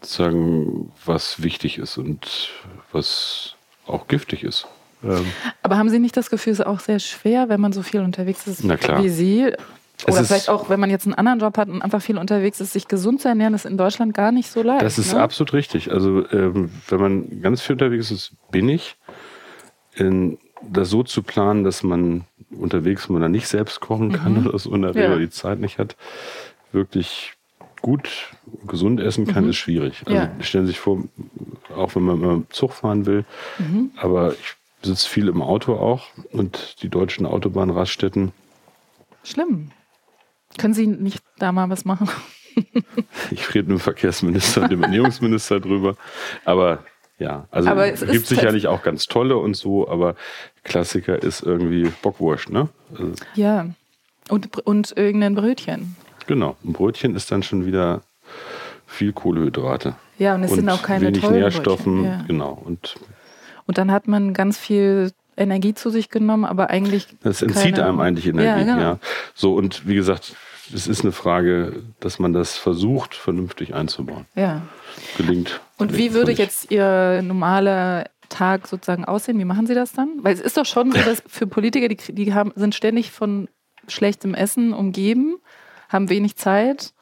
sozusagen, was wichtig ist und was auch giftig ist. Ähm, Aber haben Sie nicht das Gefühl, es ist auch sehr schwer, wenn man so viel unterwegs ist Na klar. wie Sie? Es Oder ist- vielleicht auch, wenn man jetzt einen anderen Job hat und einfach viel unterwegs ist, sich gesund zu ernähren, ist in Deutschland gar nicht so leicht. Das ist ne? absolut richtig. Also ähm, wenn man ganz viel unterwegs ist, bin ich, in, das so zu planen, dass man unterwegs, wo man dann nicht selbst kochen kann oder so in der Regel Mhm. Ja. weil die Zeit nicht hat, wirklich gut gesund essen kann, ist schwierig. Also Mhm. Ja. stellen Sie sich vor, auch wenn man mal im Zug fahren will, Mhm. aber ich sitze viel im Auto auch und die deutschen Autobahnraststätten Schlimm. Können Sie nicht da mal was machen? Ich rede mit dem Verkehrsminister und dem Ernährungsminister drüber. Aber ja, also Aber es es ist halt gibt fest- sicherlich auch ganz tolle und so, aber Klassiker ist irgendwie Bockwurst, ne? Also, Ja. Und, und irgendein Brötchen. genau. Ein Brötchen ist dann schon wieder viel Kohlenhydrate. Ja, und es sind auch keine wenig tollen Nährstoffen, Brötchen, ja. genau. Und Und dann hat man ganz viel Energie zu sich genommen, aber eigentlich. das entzieht keine- einem eigentlich Energie. Ja, genau. So und wie gesagt, es ist eine Frage, dass man das versucht, vernünftig einzubauen. ja. Gelingt. Und wie gelingt würde nicht. jetzt Ihr normaler Tag sozusagen aussehen? Wie machen Sie das dann? Weil es ist doch schon so, dass für Politiker, die, die haben, sind ständig von schlechtem Essen umgeben, haben wenig Zeit.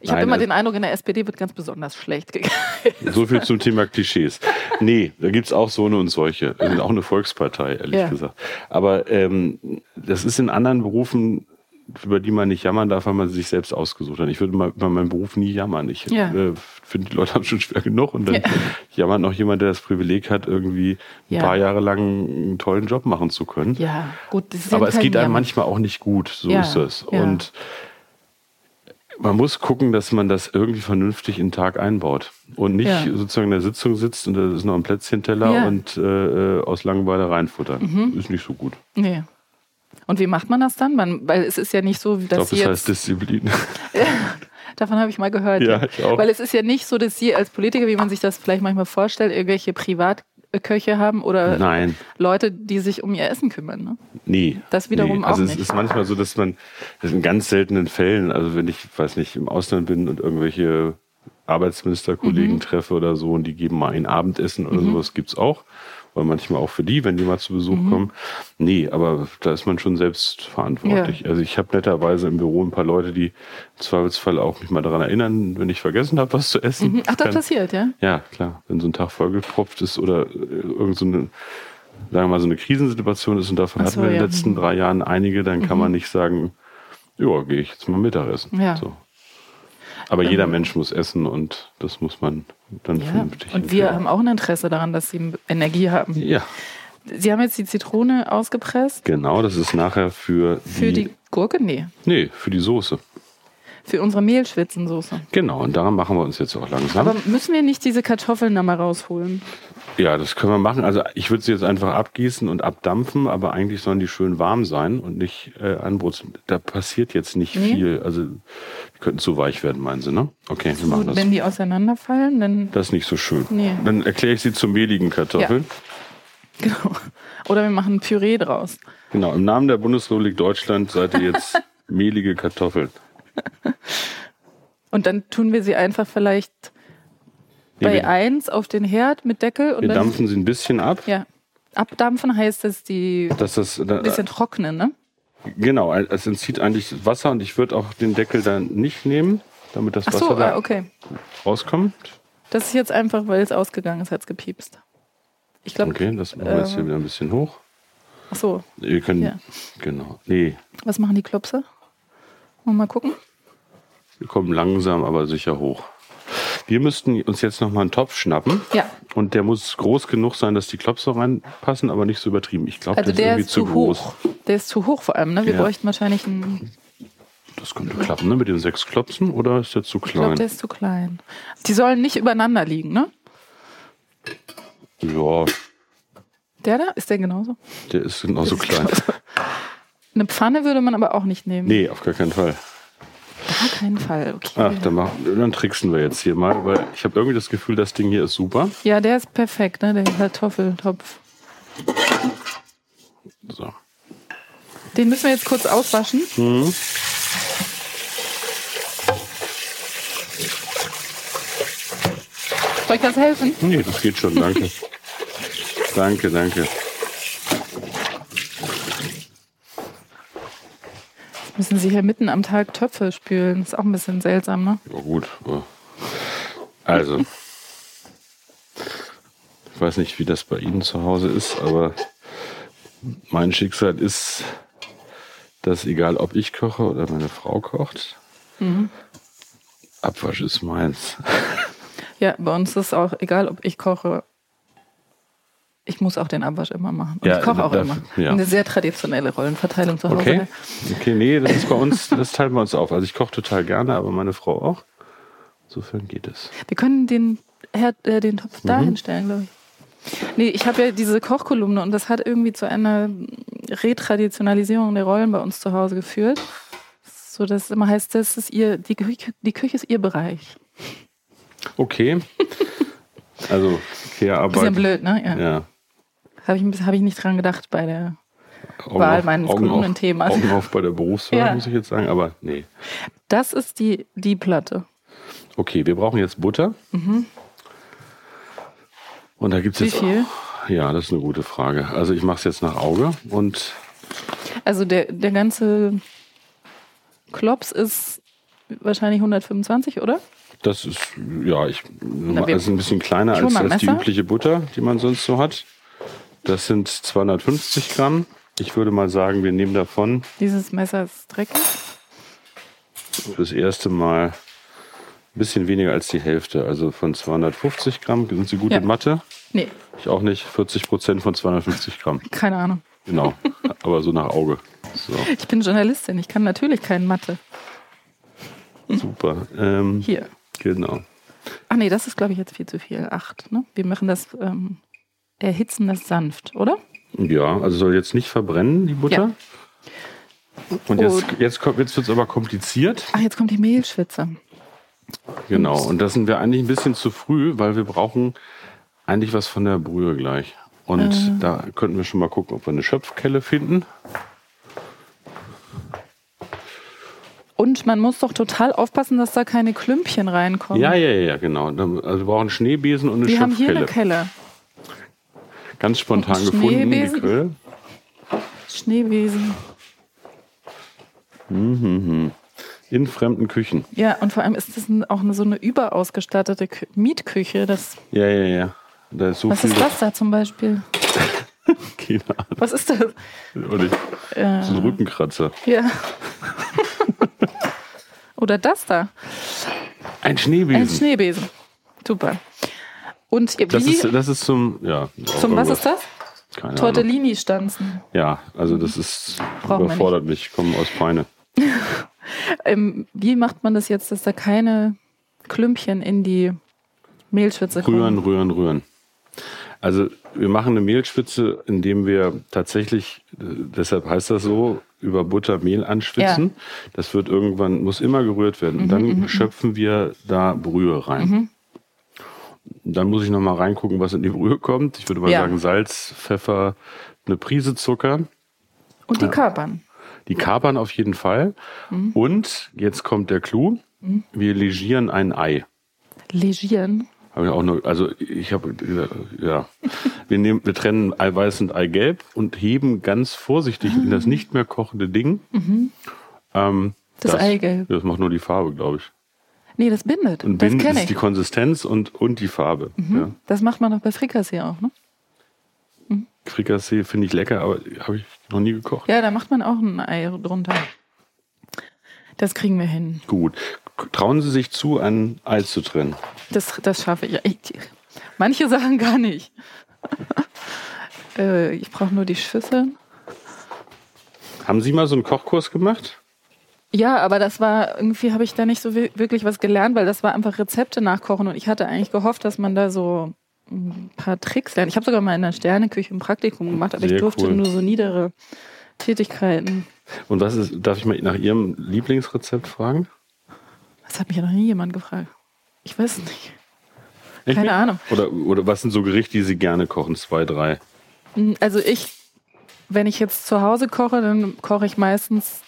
Ich habe Nein, immer also- den Eindruck, in der SPD wird ganz besonders schlecht gegangen. So viel zum Thema Klischees. Nee, da gibt's auch so eine und solche. Wir sind auch eine Volkspartei, ehrlich Ja. gesagt. Aber ähm, das ist in anderen Berufen, über die man nicht jammern darf, weil man sie sich selbst ausgesucht hat. Ich würde mal über meinen Beruf nie jammern. Ich Ja. äh, finde, die Leute haben schon schwer genug und dann Ja. jammert noch jemand, der das Privileg hat, irgendwie ein Ja. paar Jahre lang einen tollen Job machen zu können. Ja, gut. Das ist ja Aber es kein geht einem Jammer. manchmal auch nicht gut, so Ja, ist es. ja. Und man muss gucken, dass man das irgendwie vernünftig in den Tag einbaut und nicht Ja. sozusagen in der Sitzung sitzt und da ist noch ein Plätzchenteller Ja. Mhm. und äh, äh, aus Langeweile reinfuttern. Ist nicht so gut. Nee. Und wie macht man das dann? Man, weil es ist ja nicht so, Ich dass glaube, Sie das jetzt. heißt Disziplin. Davon habe ich mal gehört. Ja, ich auch. Weil es ist ja nicht so, dass Sie als Politiker, wie man sich das vielleicht manchmal vorstellt, irgendwelche Privatköche haben oder Nein, Leute, die sich um ihr Essen kümmern. Ne? nie. Das wiederum nie. Also auch es nicht. ist manchmal so, dass man, das in ganz seltenen Fällen, also wenn ich, weiß nicht, im Ausland bin und irgendwelche Arbeitsministerkollegen Mhm. treffe oder so und die geben mal ein Abendessen oder sowas, gibt's auch. Weil manchmal auch für die, wenn die mal zu Besuch Mhm. kommen. Nee, aber da ist man schon selbst verantwortlich. Also ich habe netterweise im Büro ein paar Leute, die im Zweifelsfall auch mich mal daran erinnern, wenn ich vergessen habe, was zu essen. Mhm. Ach, das Dann- passiert, ja? ja, klar. Wenn so ein Tag vollgepropft ist oder äh, irgend so eine, sagen wir mal, so eine Krisensituation ist und davon Ach hatten so, wir in den ja. Mhm. letzten drei Jahren einige, dann kann man nicht sagen, ja, gehe ich jetzt mal Mittagessen. Ja. Ähm, So. Aber jeder Mensch muss essen und das muss man dann ja. vernünftig Und wir hinkriegen. haben auch ein Interesse daran, dass Sie Energie haben. Ja, Sie haben jetzt die Zitrone ausgepresst. genau, das ist nachher für, Für die Gurke? Nee. Nee, für die Soße. Für unsere Mehlschwitzensoße. Genau, und daran machen wir uns jetzt auch langsam. Aber müssen wir nicht diese Kartoffeln da mal rausholen? Ja, das können wir machen. Also ich würde sie jetzt einfach abgießen und abdampfen, aber eigentlich sollen die schön warm sein und nicht äh, anbrutzeln. Da passiert jetzt nicht Nee. viel. Also die könnten zu weich werden, meinen Sie, ne? Okay, wir machen Gut, das. wenn die auseinanderfallen, dann. Das ist nicht so schön. Nee. Dann erkläre ich sie zu mehligen Kartoffeln. Genau. Oder wir machen ein Püree draus. Genau, im Namen der Bundesrepublik Deutschland seid ihr jetzt mehlige Kartoffeln. Und dann tun wir sie einfach vielleicht Nee, bei wir, 1 auf den Herd mit Deckel und wir dann. dampfen sie ein bisschen ab, Ja. Abdampfen heißt, dass die ein dass das da, bisschen trocknen, ne? genau, es entzieht eigentlich Wasser und ich würde auch den Deckel dann nicht nehmen, damit das Ach Wasser so, da ah, okay. rauskommt. Das ist jetzt einfach, weil es ausgegangen ist, hat es gepiepst. Ich glaube, Okay, das machen wir jetzt hier wieder ein bisschen hoch. ach so, Wir können Ähm, Ja. genau. Nee, was machen die Klopse? Wollen wir mal gucken? wir kommen langsam, aber sicher hoch. Wir müssten uns jetzt nochmal einen Topf schnappen. Ja. Und der muss groß genug sein, dass die Klopse reinpassen, aber nicht so übertrieben. Ich glaube, Also der, der ist irgendwie ist groß. zu hoch. Der ist zu hoch vor allem, ne? Wir Ja. bräuchten wahrscheinlich einen. Das könnte klappen, ne? Mit den sechs Klopsen oder ist der zu Ich glaube, klein? der ist zu klein. Die sollen nicht übereinander liegen, ne? ja, Der da? Ist der genauso? der ist genauso Das ist klein. genauso. Eine Pfanne würde man aber auch nicht nehmen. Nee, Ah. auf gar keinen Fall. Auf keinen Fall. Okay. Ach, dann, machen, dann tricksen wir jetzt hier mal, weil ich habe irgendwie das Gefühl, das Ding hier ist super. Ja, der ist perfekt, ne? Der Kartoffeltopf. So. Den müssen wir jetzt kurz auswaschen. Mhm. Soll ich das helfen? Nee, das geht schon, danke. danke, danke. Müssen Sie hier mitten am Tag Töpfe spülen. Ist auch ein bisschen seltsam, ne? Ja, gut. aber- Also. Ich weiß nicht, wie das bei Ihnen zu Hause ist, aber mein Schicksal ist, dass egal ob ich koche oder meine Frau kocht, Mhm. Abwasch ist meins. Ja, bei uns ist auch egal, ob ich koche. Ich muss auch den Abwasch immer machen. Und Ja, ich koche auch da- immer. ja. Eine sehr traditionelle Rollenverteilung zu Hause. Okay? Okay, nee, das ist bei uns, das teilen wir uns auf. Also ich koche total gerne, aber meine Frau auch. Insofern geht es. Wir können den, Herd, äh, den Topf da hinstellen, glaube ich. Nee, ich habe ja diese Kochkolumne und das hat irgendwie zu einer Retraditionalisierung der Rollen bei uns zu Hause geführt. So dass es immer heißt, das ist ihr, die, Küche, die Küche ist ihr Bereich. Okay. Also, Bisschen Care-Arbeit. blöd, ne? Ja. Ja. Habe ich, ein bisschen- hab ich nicht dran gedacht bei der. Augen Wahl auf- meines Augen auf- Kolumnenthemas. Augen auf bei der Berufswahl, Ja. muss ich jetzt sagen, aber nee. Das ist die, die Platte. Okay, wir brauchen jetzt Butter. Und da gibt es Wie jetzt. viel? Ja, das ist eine gute Frage. Also ich mache es jetzt nach Auge und Also der, der ganze Klops ist wahrscheinlich 125, oder? das ist, ja, ich wir- das ist ein bisschen kleiner Ich hol als, mal ein als die Messer. übliche Butter, die man sonst so hat. Das sind 250 Gramm. Ich würde mal sagen, wir nehmen davon Dieses Messer ist dreckig. das erste Mal ein bisschen weniger als die Hälfte. Also von 250 Gramm sind Sie gut Ja. in Mathe. Nee, Ich auch nicht. 40 Prozent von 250 Gramm. keine Ahnung. Genau. Aber so nach Auge. So, Ich bin Journalistin, ich kann natürlich keinen Mathe. super. Ähm, Hier. Genau. Ach nee, das ist, glaube ich, jetzt viel zu viel. Acht, ne? Wir machen das, ähm, erhitzen das sanft, oder? Ja, also soll jetzt nicht verbrennen, die Butter. Und jetzt, jetzt, kommt- jetzt wird es aber kompliziert. Ach, jetzt kommt die Mehlschwitze. Genau. Und das sind wir eigentlich ein bisschen zu früh, weil wir brauchen eigentlich was von der Brühe gleich. Und Äh. da könnten wir schon mal gucken, ob wir eine Schöpfkelle finden. Und man muss doch total aufpassen, dass da keine Klümpchen reinkommen. Ja, ja, ja, ja, genau. Dann- Also wir brauchen Schneebesen und eine Wir haben hier Schöpfkelle. eine Kelle. Ganz spontan Und gefunden, die Schneebesen. Quelle. Schneewesen. In fremden Küchen. Ja, und vor allem ist das ein, auch eine, so eine überausgestattete Kü Mietküche. Das, Ja, ja, ja. Da ist so was viel. ist das da zum Beispiel? Keine Ahnung. Was ist das? Oder ich, Äh. das ist ein Rückenkratzer. Ja. Oder das da? Ein Ein Schneebesen. Schneebesen. Super. Und ihr das, wie- ist, das ist zum. Ja, zum was ist das? das? Keine Ahnung. Tortellini-Stanzen. Ja, also das ist. Brauchen wir überfordert mich. Ich komme aus Peine. Ähm, wie macht man das jetzt, dass da keine Klümpchen in die Mehlschwitze kommen? Rühren, rühren, rühren. Also wir machen eine Mehlschwitze, indem wir tatsächlich, äh, deshalb heißt das so, über Butter Mehl anschwitzen. Das wird irgendwann, muss immer gerührt werden. Und dann schöpfen wir da Brühe rein. Dann muss ich nochmal reingucken, was in die Brühe kommt. Ich würde mal Ja. sagen Salz, Pfeffer, eine Prise Zucker. Und die Ja. Kapern. Die kapern auf jeden Fall. Und jetzt kommt der Clou. Wir legieren ein Ei. Legieren. Habe ich auch nur, also ich habe, ja. Wir, nehmen, wir trennen Eiweiß und Eigelb und heben ganz vorsichtig in Ah. das nicht mehr kochende Ding. Ähm, Mhm. Das Eigelb. Das macht nur die Farbe, glaube ich. Nee, das bindet. Und das Binden kenne ist die ich. Mhm. Konsistenz und, und die Farbe. Ja. Das macht man doch bei Frikassee auch, ne? Frikassee finde ich lecker, aber habe ich noch nie gekocht. Ja, da macht man auch ein Ei drunter. Das kriegen wir hin. Gut. Trauen Sie sich zu, ein Ei zu trennen. Das, das schaffe ich. ich. Manche Sachen gar nicht. äh, ich brauche nur die Schüsseln. Haben Sie mal so einen Kochkurs gemacht? Ja, aber das war, irgendwie habe ich da nicht so wi- wirklich was gelernt, weil das war einfach Rezepte nachkochen und ich hatte eigentlich gehofft, dass man da so ein paar Tricks lernt. Ich habe sogar mal in der Sterneküche ein Praktikum gemacht, aber ich Sehr durfte cool. nur so niedere Tätigkeiten. Und was ist, darf ich mal nach Ihrem Lieblingsrezept fragen? Das hat mich ja noch nie jemand gefragt. Ich weiß nicht. Echt Keine nicht? Ahnung. Oder, oder was sind so Gerichte, die Sie gerne kochen? Zwei, drei. Mm, Also ich, wenn ich jetzt zu Hause koche, dann koche ich meistens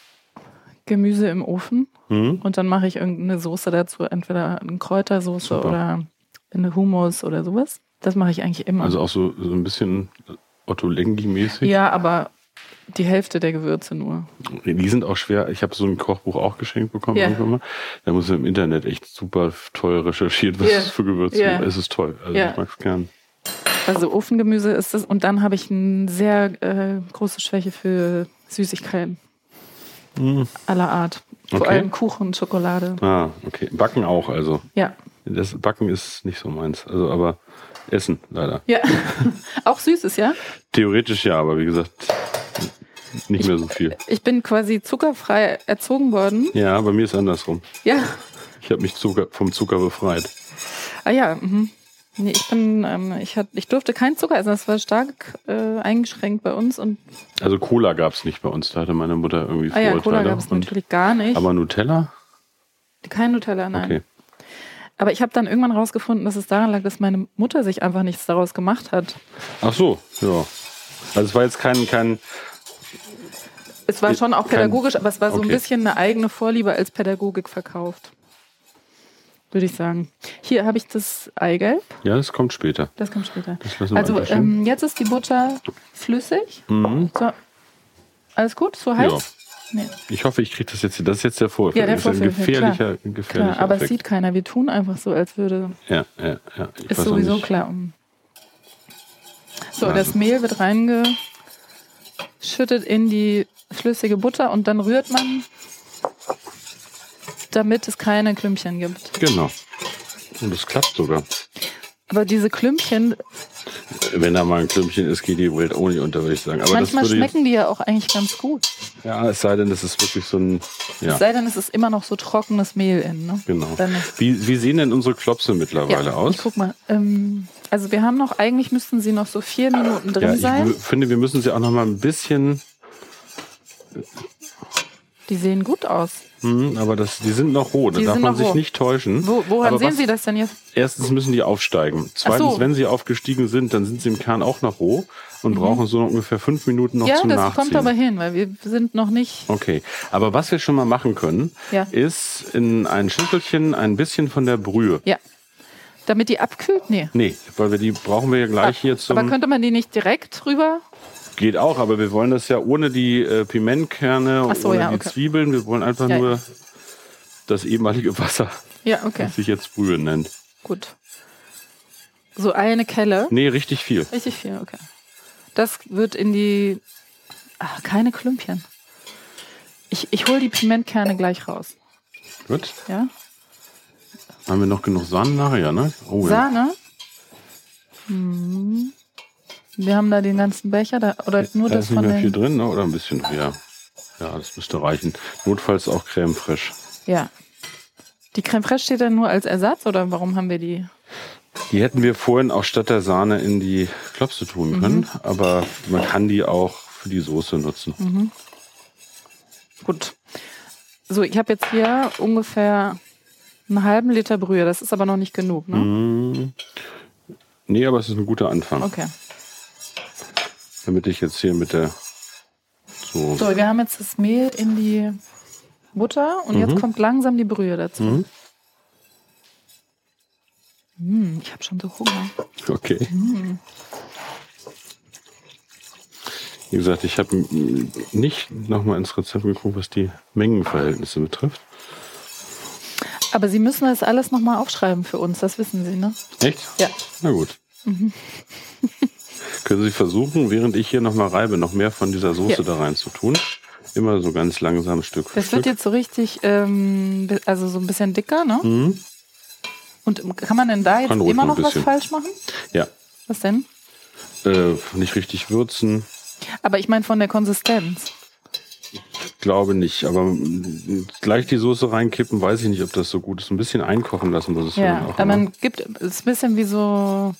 Gemüse im Ofen Hm? und dann mache ich irgendeine Soße dazu, entweder eine Kräutersoße Super. oder eine Hummus oder sowas. Das mache ich eigentlich immer. Also auch so, so ein bisschen Otto Lengi-mäßig. ja, aber die Hälfte der Gewürze nur. Die sind auch schwer. Ich habe so ein Kochbuch auch geschenkt bekommen. Ja. irgendwann mal. Da muss man im Internet echt super toll recherchiert, was Ja. es für Gewürze Ja. gibt. Es ist toll. Also Ja. ich mag es gern. Also Ofengemüse ist es und dann habe ich eine sehr äh, große Schwäche für Süßigkeiten Hm. aller Art. Vor Okay. allem Kuchen, Schokolade. Ah, okay. Backen auch, also. Ja. Das Backen ist nicht so meins. Also, aber Essen, leider. Ja. Auch süßes, ja? Theoretisch ja, aber wie gesagt, nicht mehr so viel. Ich bin quasi zuckerfrei erzogen worden. Ja, bei mir ist andersrum. Ja. Ich habe mich Zucker, vom Zucker befreit. Ah ja. Mhm. Nee, ich bin, ähm, ich, hat, ich durfte keinen Zucker essen. Das war stark äh, eingeschränkt bei uns. Und Also Cola gab es nicht bei uns, da hatte meine Mutter irgendwie ah ja, Cola Vorurteile. gab es Und- natürlich gar nicht. Aber Nutella? Kein Nutella, nein. Okay. Aber ich habe dann irgendwann rausgefunden, dass es daran lag, dass meine Mutter sich einfach nichts daraus gemacht hat. Ach so, ja. Also es war jetzt kein, kein Es war schon auch Äh, Kein- pädagogisch, aber es war so ein okay. bisschen eine eigene Vorliebe als Pädagogik verkauft. Würde ich sagen. Hier habe ich das Eigelb. ja, das kommt später. Das kommt später. Das lassen wir Also einfach stehen. ähm, jetzt ist die Butter flüssig. Mhm. So. Alles gut? So heiß? Nee, Ich hoffe, ich kriege das jetzt hier. Das ist jetzt der Vorfilm. Ja, der das ist ein Vorführeffekt, gefährlicher, ein klar. gefährlicher aber es Effekt. sieht keiner. Wir tun einfach so, als würde. Ja, ja, ja. Ich Ist weiß auch sowieso nicht. klar. Um. So, Ja. das Mehl wird reingeschüttet in die flüssige Butter und dann rührt man, damit es keine Klümpchen gibt. Genau. Und das klappt sogar. Aber diese Klümpchen, Wenn da mal ein Klümpchen ist, geht die Welt ohne unter, würde ich sagen. Aber manchmal das würde schmecken die ja auch eigentlich ganz gut. Jetzt, ja, es sei denn, das ist wirklich so ein. Ja, Es sei denn, es ist immer noch so trockenes Mehl in. Ne? genau. Dann ist Wie, wie sehen denn unsere Klopse mittlerweile Ja, aus? Ich guck mal. Ähm, also wir haben noch, eigentlich müssten sie noch so vier Minuten drin ja, ich sein. w- finde, wir müssen sie auch noch mal ein bisschen Die sehen gut aus. Hm, aber das, die sind noch roh, da Die darf sind man noch sich roh. nicht täuschen. Wo, woran aber sehen was- Sie das denn jetzt? Erstens müssen die aufsteigen. Zweitens, so. wenn sie aufgestiegen sind, dann sind sie im Kern auch noch roh und brauchen so ungefähr fünf Minuten noch Mhm. Ja, das zum Nachziehen. kommt aber hin, weil wir sind noch nicht. okay, aber was wir schon mal machen können, Ja. ist in ein Schüsselchen ein bisschen von der Brühe. Ja. Damit die abkühlt? Nee. Nee, weil wir die brauchen wir ja gleich hier aber zum könnte man die nicht direkt rüber? geht auch, aber wir wollen das ja ohne die äh, Pimentkerne Ach und so, ohne ja, die okay. Zwiebeln. Wir wollen einfach Ja, nur ja. das ehemalige Wasser, Ja, okay. das sich jetzt Brühe nennt. Gut. So eine Kelle. Nee, richtig viel. Richtig viel, okay. Das wird in die. Ah, keine Klümpchen. Ich, ich hole die Pimentkerne gleich raus. Gut. Ja? Haben wir noch genug Sahne nachher, ne? Oh, ja. Sahne? Hm. Wir haben da den ganzen Becher da, oder nur da das ist nicht von mehr viel den. drin, ne? oder ein bisschen noch, ja. Ja, das müsste reichen. Notfalls auch Creme fraiche. Ja. Die Creme Fraiche steht dann nur als Ersatz oder warum haben wir die? Die hätten wir vorhin auch statt der Sahne in die Klopse Mhm. tun können, aber man kann die auch für die Soße nutzen. Mhm. Gut. So, ich habe jetzt hier ungefähr einen halben Liter Brühe. Das ist aber noch nicht genug. Ne? Mhm. Nee, aber es ist ein guter Anfang. Okay. Damit ich jetzt hier mit der. So. So, wir haben jetzt das Mehl in die Butter und jetzt kommt langsam die Brühe dazu. Mhm. Mm, ich habe schon so Hunger. Okay. Mhm. Wie gesagt, ich habe nicht nochmal ins Rezept geguckt, was die Mengenverhältnisse betrifft. Aber Sie müssen das alles nochmal aufschreiben für uns, das wissen Sie, ne? Echt? Ja. Na gut. Mhm. Können Sie versuchen, während ich hier nochmal reibe, noch mehr von dieser Soße Ja. da rein zu tun? Immer so ganz langsam Stück für Das wird Stück. jetzt so richtig, ähm, bi- also so ein bisschen dicker, ne? Mhm. Und kann man denn da jetzt Kann ruhig immer noch noch ein was bisschen. falsch machen? Ja. Was denn? Äh, nicht richtig würzen, Aber ich meine von der Konsistenz. glaube nicht. Aber mm, gleich die Soße reinkippen, weiß ich nicht, ob das so gut ist. Ein bisschen einkochen lassen muss es Ja, dann auch aber immer. man gibt es ist ein bisschen wie so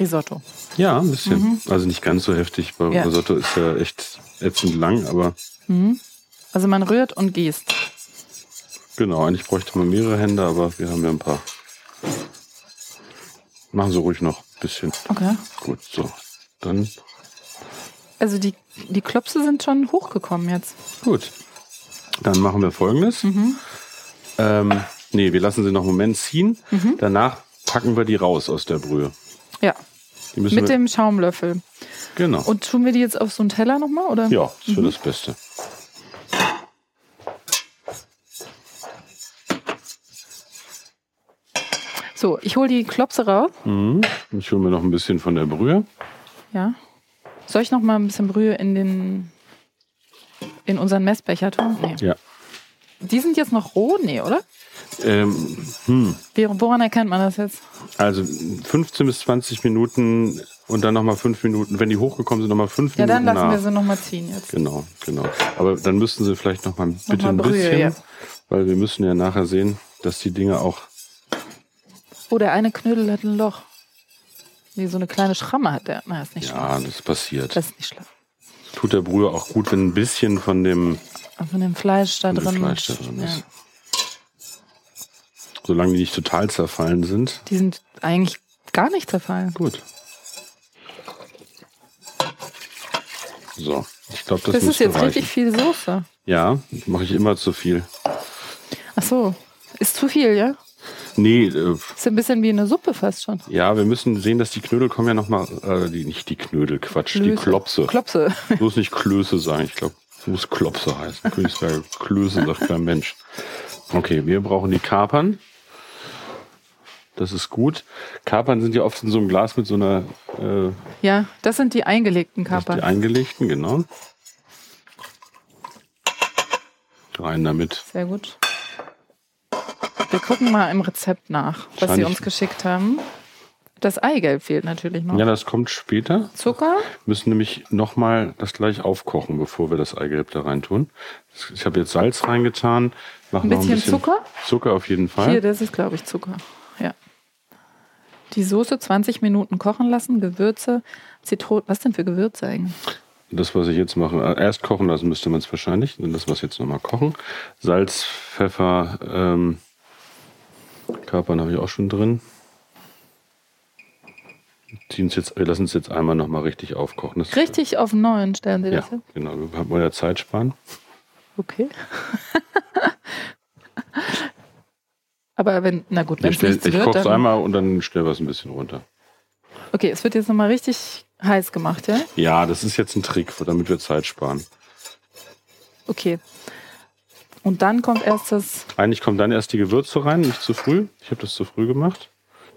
Risotto. Ja, ein bisschen. Also nicht ganz so heftig. Bei Mhm. Ja. Risotto ist ja echt ätzend lang, aber Also man rührt und gießt. genau, eigentlich bräuchte man mehrere Hände, aber wir haben ja ein paar. Machen Sie ruhig noch ein bisschen. Okay. Gut, so. Dann Also die, die Klopse sind schon hochgekommen jetzt. gut. Dann machen wir folgendes. Ähm, nee, wir lassen sie noch einen Moment ziehen. Danach packen wir die raus aus der Brühe. Ja. Die müssen Mit wir, dem Schaumlöffel. genau. Und tun wir die jetzt auf so einen Teller nochmal? Oder? ja, ist für das Beste. So, ich hole die Klopse raus. Mhm. Ich hole mir noch ein bisschen von der Brühe. Ja. Soll ich noch mal ein bisschen Brühe in den in unseren Messbecher tun? Nee. Ja. Die sind jetzt noch roh, nee, oder? Ähm, Wie, woran erkennt man das jetzt? Also 15 bis 20 Minuten und dann nochmal 5 Minuten. Wenn die hochgekommen sind, nochmal 5 Ja, dann Minuten lassen nach. wir sie noch mal ziehen jetzt. genau, genau. Aber dann müssten sie vielleicht nochmal bitte ein Brühe, bisschen, ja. weil wir müssen ja nachher sehen, dass die Dinge auch. Oh, der eine Knödel hat ein Loch. Nee, so eine kleine Schramme hat der. Na, ist nicht schlimm. Ja, das passiert. Das ist nicht schlimm. Tut der Brühe auch gut, wenn ein bisschen von dem, Und von dem Also Fleisch da von dem drin. Fleisch da drin ja. ist. Solange die nicht total zerfallen sind. Die sind eigentlich gar nicht zerfallen. Gut. So, ich glaube, das, Das, ist müsste jetzt reichen. richtig viel Soße. Ja, mache ich immer zu viel. Ach so. Ist zu viel, ja? Nee, äh, Ist ein bisschen wie eine Suppe fast schon. Ja, wir müssen sehen, dass die Knödel kommen ja nochmal, äh, die, nicht die Knödel, Quatsch, die Klöße. Klopse. Klopse. Muss nicht Klöße sagen, ich glaube, muss Klopse heißen. Königsberger Klöße sagt kein Mensch. Okay, wir brauchen die Kapern. Das ist gut. Kapern sind ja oft in so einem Glas mit so einer, äh, Ja, das sind die eingelegten das sind die Kapern. eingelegten, genau. Rein damit. Sehr gut. Wir gucken mal im Rezept nach, was Sie Wahrscheinlich- uns geschickt haben. Das Eigelb fehlt natürlich noch. Ja, das kommt später. Zucker? müssen nämlich nochmal das gleich aufkochen, bevor wir das Eigelb da reintun. Ich habe jetzt Salz reingetan. Mach Ein noch ein bisschen bisschen Zucker? Zucker auf jeden Fall. Hier, das ist, glaube ich, Zucker. Ja. Die Soße 20 Minuten kochen lassen, Gewürze, Zitronen. Was denn für Gewürze eigentlich? Das, was ich jetzt mache, äh, erst kochen lassen müsste man es wahrscheinlich. Und das, was jetzt nochmal kochen. Salz, Pfeffer, ähm, Kapern habe ich auch schon drin. Ziehen's Jetzt, wir lassen es jetzt einmal nochmal richtig aufkochen. Das, Richtig also. auf 9 stellen Sie Ja, das hin? genau. Wir wollen ja Zeit sparen. Okay. Aber wenn, na gut, wenn Ich, es stell- nichts ich wird, koche es dann. einmal und dann stellen wir es ein bisschen runter. Okay, es wird jetzt nochmal richtig heiß gemacht, ja? Ja, das ist jetzt ein Trick, damit wir Zeit sparen. Okay. Und dann kommt erst das. Eigentlich kommen dann erst die Gewürze rein, nicht zu früh. Ich habe das zu früh gemacht.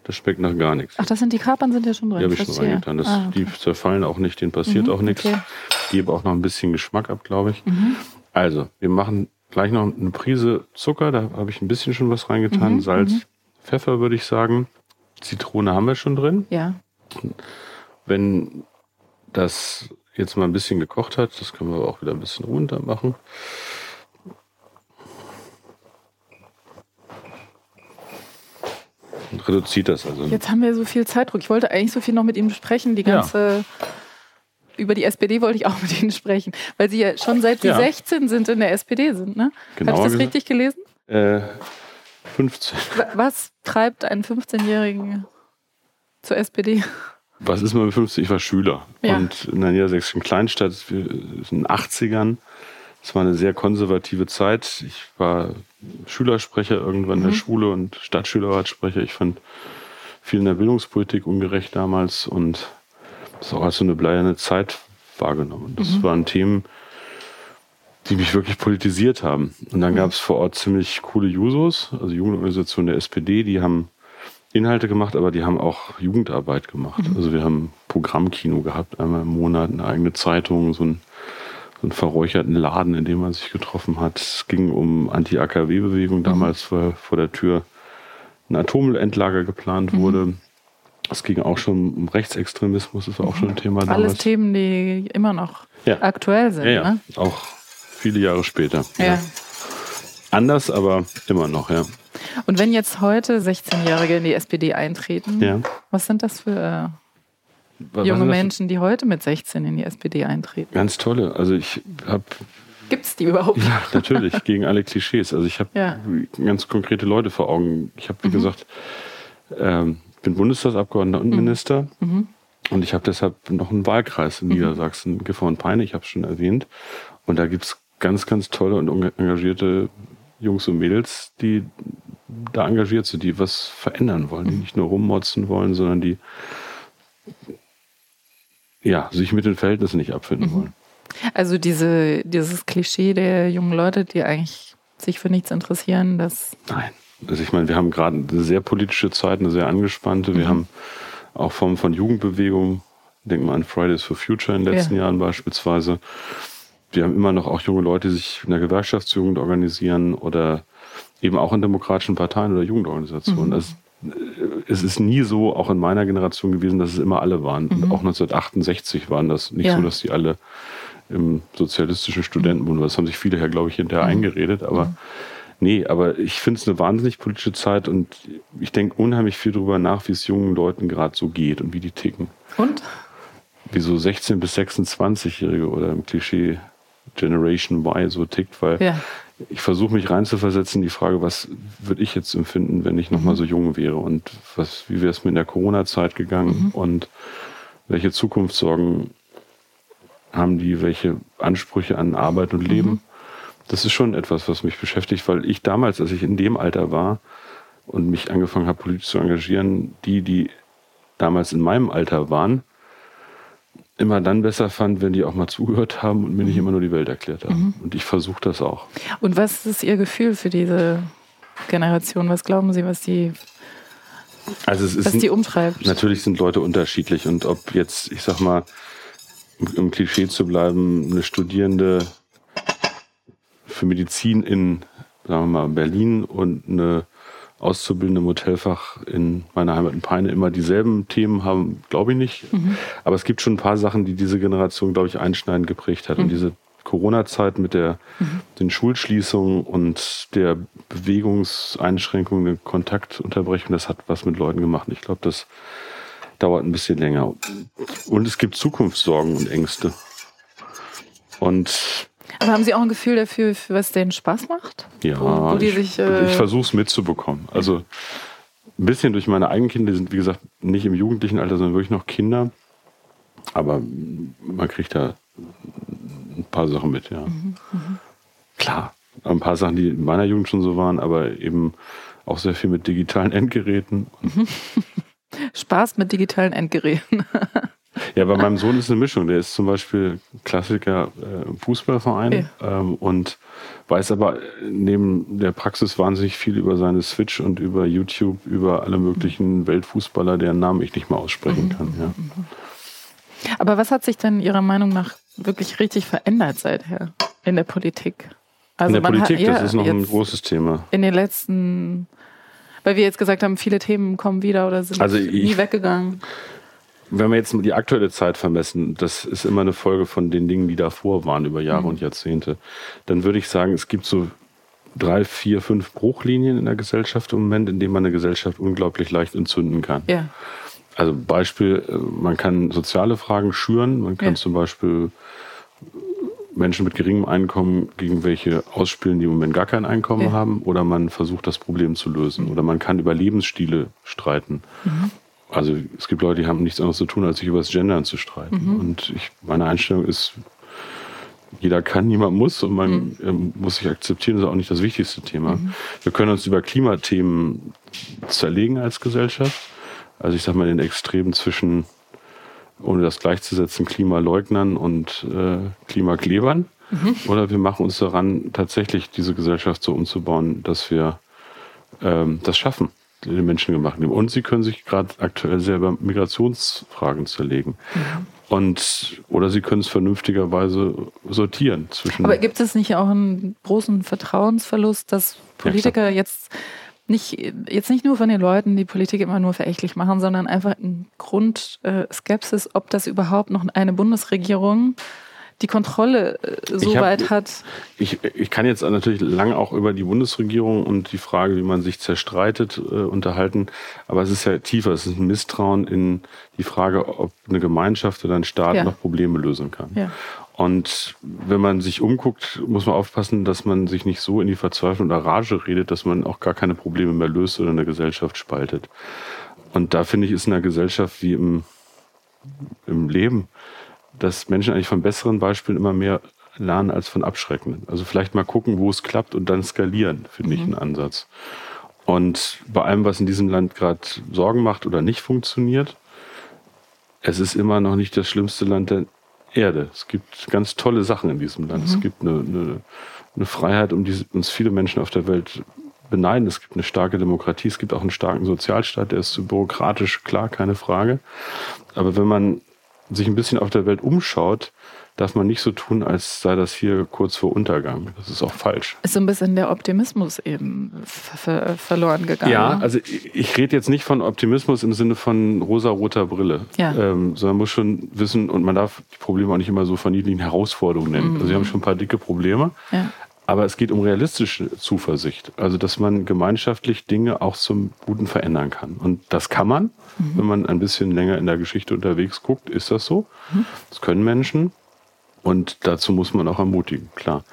Das schmeckt nach gar nichts. Ach, das sind die Kapern, sind ja schon drin. Die habe ich schon Verstehe. reingetan. Das, ah, okay. Mhm, Die zerfallen auch nicht, denen passiert auch nichts. okay. Mhm. Gebe auch noch ein bisschen Geschmack ab, glaube ich. Also, wir machen gleich noch eine Prise Zucker. Da habe ich ein bisschen schon was reingetan. Mhm, Salz, Pfeffer würde ich sagen. Zitrone haben wir schon drin. Ja. Wenn das jetzt mal ein bisschen gekocht hat, das können wir auch wieder ein bisschen runter machen. Und reduziert das also. Jetzt haben wir so viel Zeitdruck. Ich wollte eigentlich so viel noch mit ihm sprechen. Die Ja. ganze. Über die SPD wollte ich auch mit Ihnen sprechen, weil Sie ja schon seit Sie Ja. Genau 16 sind in der SPD sind, ne? Genauer Habe ich das gesagt- richtig gelesen? Äh, 15. Wa- Was treibt einen 15-Jährigen zur SPD? Was ist man mit 50? Ich war Schüler. Ja. Und in der niedersächsischen Kleinstadt, wir- in den 80ern, es war eine sehr konservative Zeit. Ich war Schülersprecher irgendwann in der Schule und Stadtschülerratssprecher. Ich fand viel in der Bildungspolitik ungerecht damals und das auch als so eine bleierne Zeit wahrgenommen. Das waren Themen, die mich wirklich politisiert haben. Und dann gab es vor Ort ziemlich coole Jusos, also Jugendorganisationen der SPD, die haben Inhalte gemacht, aber die haben auch Jugendarbeit gemacht. Mhm. Also wir haben Programmkino gehabt, einmal im Monat eine eigene Zeitung, so ein so einen verräucherten Laden, in dem man sich getroffen hat. Es ging um Mhm. Anti-AKW-Bewegung damals, weil vor der Tür ein Atomendlager geplant Mhm. wurde. Es ging auch schon um Rechtsextremismus, Genau das war auch schon ein Thema Mhm. Alles damals. Themen, die immer noch Ja. aktuell sind. ja, ja, Ne? auch viele Jahre später. Ja. Anders, aber immer noch, ja. Und wenn jetzt heute 16-Jährige in die SPD eintreten, Ja. was sind das für Was- äh, was junge sind das für- Menschen, die heute mit 16 in die SPD eintreten? Ganz tolle. Also ich habe Gibt es die überhaupt? natürlich gegen alle Klischees. Also ich habe Ja. ganz konkrete Leute vor Augen. Ich habe, wie gesagt, ähm, bin Bundestagsabgeordneter und Minister. Und ich habe deshalb noch einen Wahlkreis in Niedersachsen, Giffer und Peine, ich habe es schon erwähnt. Und da gibt es ganz, ganz tolle und unge- engagierte Jungs und Mädels, die da engagiert sind, die was verändern wollen, die nicht nur rummotzen wollen, sondern die ja, sich mit den Verhältnissen nicht abfinden wollen. Also diese, dieses Klischee der jungen Leute, die eigentlich sich für nichts interessieren, das Nein. Also ich meine, wir haben gerade eine sehr politische Zeit, eine sehr angespannte. Wir haben auch Formen von Jugendbewegungen. Denken wir an Fridays for Future in den letzten Ja. Jahren beispielsweise. Wir haben immer noch auch junge Leute, die sich in der Gewerkschaftsjugend organisieren oder eben auch in demokratischen Parteien oder Jugendorganisationen. Also es ist nie so, auch in meiner Generation gewesen, dass es immer alle waren. Und auch 1968 waren das nicht Ja. so, dass die alle im sozialistischen Studentenbund, das haben sich viele ja, glaube ich, hinterher eingeredet, aber nee, aber ich finde es eine wahnsinnig politische Zeit und ich denke unheimlich viel darüber nach, wie es jungen Leuten gerade so geht und wie die ticken. und Wie so 16- bis 26-Jährige oder im Klischee Generation Y so tickt, weil Ja. ich versuche mich reinzuversetzen, in die Frage, was würde ich jetzt empfinden, wenn ich nochmal so jung wäre und was, wie wäre es mir in der Corona-Zeit gegangen und welche Zukunftssorgen haben die, welche Ansprüche an Arbeit und Leben. Das ist schon etwas, was mich beschäftigt, weil ich damals, als ich in dem Alter war und mich angefangen habe, politisch zu engagieren, die, die damals in meinem Alter waren, immer dann besser fand, wenn die auch mal zugehört haben und mir nicht immer nur die Welt erklärt haben. Und ich versuche das auch. und was ist Ihr Gefühl für diese Generation? Was glauben Sie, was die, Also es was ist die umtreibt? natürlich sind Leute unterschiedlich und ob jetzt, ich sag mal, im- im Klischee zu bleiben, eine Studierende für Medizin in, sagen wir mal, Berlin und eine Auszubildende im Hotelfach in meiner Heimat in Peine immer dieselben Themen haben, glaube ich nicht. Aber es gibt schon ein paar Sachen, die diese Generation, glaube ich, einschneidend geprägt hat. Und diese Corona-Zeit mit der, den Schulschließungen und der Bewegungseinschränkung, der Kontaktunterbrechung, das hat was mit Leuten gemacht. Und Ich glaube, das dauert ein bisschen länger. Und es gibt Zukunftssorgen und Ängste. Und Aber haben Sie auch ein Gefühl dafür, für was denen Spaß macht? ja, Wo, wo die ich, sich, äh, ich versuche es mitzubekommen. Also ein bisschen durch meine eigenen Kinder, die sind wie gesagt nicht im jugendlichen Alter, sondern wirklich noch Kinder. Aber man kriegt da ein paar Sachen mit, ja. Mhm, Klar, ein paar Sachen, die in meiner Jugend schon so waren, aber eben auch sehr viel mit digitalen Endgeräten. Spaß mit digitalen Endgeräten. Ja, bei meinem Sohn ist eine Mischung. Der ist zum Beispiel Klassiker äh, im Fußballverein ähm, und weiß aber neben der Praxis wahnsinnig viel über seine Switch und über YouTube, über alle möglichen Weltfußballer, deren Namen ich nicht mal Mhm. aussprechen kann. Ja. Aber was hat sich denn Ihrer Meinung nach wirklich richtig verändert seither in der Politik? In Also der man hat- Politik, das ja, ist noch ein jetzt großes Thema. In den letzten, weil wir jetzt gesagt haben, viele Themen kommen wieder oder sind Also ich- nie weggegangen. Wenn wir jetzt die aktuelle Zeit vermessen, das ist immer eine Folge von den Dingen, die davor waren über Jahre Mhm. und Jahrzehnte, dann würde ich sagen, es gibt so drei, vier, fünf Bruchlinien in der Gesellschaft im Moment, in denen man eine Gesellschaft unglaublich leicht entzünden kann. Ja. Also Beispiel, äh, man kann soziale Fragen schüren, man kann Ja. zum Beispiel äh, Menschen mit geringem Einkommen gegen welche ausspielen, die im Moment gar kein Einkommen Ja. Mhm. haben, oder man versucht das Problem zu lösen, oder man kann über Lebensstile streiten. Also es gibt Leute, die haben nichts anderes zu tun, als sich über das Gendern zu streiten. Mhm. Und ich, meine Einstellung ist, jeder kann, niemand muss und man Mhm. ähm, muss sich akzeptieren, das ist auch nicht das wichtigste Thema. Wir können uns über Klimathemen zerlegen als Gesellschaft. Also ich sag mal, den Extremen zwischen, ohne das gleichzusetzen, Klimaleugnern und äh, Klimaklebern. Oder wir machen uns daran, tatsächlich diese Gesellschaft so umzubauen, dass wir ähm, das schaffen, den Menschen gemacht haben. Und sie können sich gerade aktuell selber Migrationsfragen zerlegen. Und, oder sie können es vernünftigerweise sortieren zwischen. Aber gibt es nicht auch einen großen Vertrauensverlust, dass Politiker jetzt nicht, jetzt nicht nur von den Leuten, die Politik immer nur verächtlich machen, sondern einfach ein Grund äh, Skepsis, ob das überhaupt noch eine Bundesregierung die Kontrolle äh, so Ich hab- weit hat. ich, ich kann jetzt natürlich lange auch über die Bundesregierung und die Frage, wie man sich zerstreitet, äh, unterhalten. Aber es ist ja tiefer. Es ist ein Misstrauen in die Frage, ob eine Gemeinschaft oder ein Staat Ja. noch Probleme lösen kann. Ja. Und wenn man sich umguckt, muss man aufpassen, dass man sich nicht so in die Verzweiflung oder Rage redet, dass man auch gar keine Probleme mehr löst oder eine Gesellschaft spaltet. Und da finde ich, ist in einer Gesellschaft wie im, im Leben, dass Menschen eigentlich von besseren Beispielen immer mehr lernen als von abschreckenden. Also vielleicht mal gucken, wo es klappt und dann skalieren, finde ich einen Ansatz. Und bei allem, was in diesem Land gerade Sorgen macht oder nicht funktioniert, es ist immer noch nicht das schlimmste Land der Erde. Es gibt ganz tolle Sachen in diesem Land. Es gibt eine, eine, eine Freiheit, um die uns viele Menschen auf der Welt beneiden. Es gibt eine starke Demokratie. Es gibt auch einen starken Sozialstaat. Der ist zu bürokratisch, klar, keine Frage. Aber wenn man sich ein bisschen auf der Welt umschaut, darf man nicht so tun, als sei das hier kurz vor Untergang. Das ist auch falsch. Ist so ein bisschen der Optimismus eben ver ver verloren gegangen. Ja, ne? also ich, ich rede jetzt nicht von Optimismus im Sinne von rosa-roter Brille, Ja. ähm, sondern muss schon wissen, und man darf die Probleme auch nicht immer so verniedlichen Herausforderungen nennen. Also wir haben schon ein paar dicke Probleme, Mhm. Ja. aber es geht um realistische Zuversicht. Also dass man gemeinschaftlich Dinge auch zum Guten verändern kann. Und das kann man, Mhm. wenn man ein bisschen länger in der Geschichte unterwegs guckt, ist das so. Mhm. Das können Menschen und dazu muss man auch ermutigen, klar.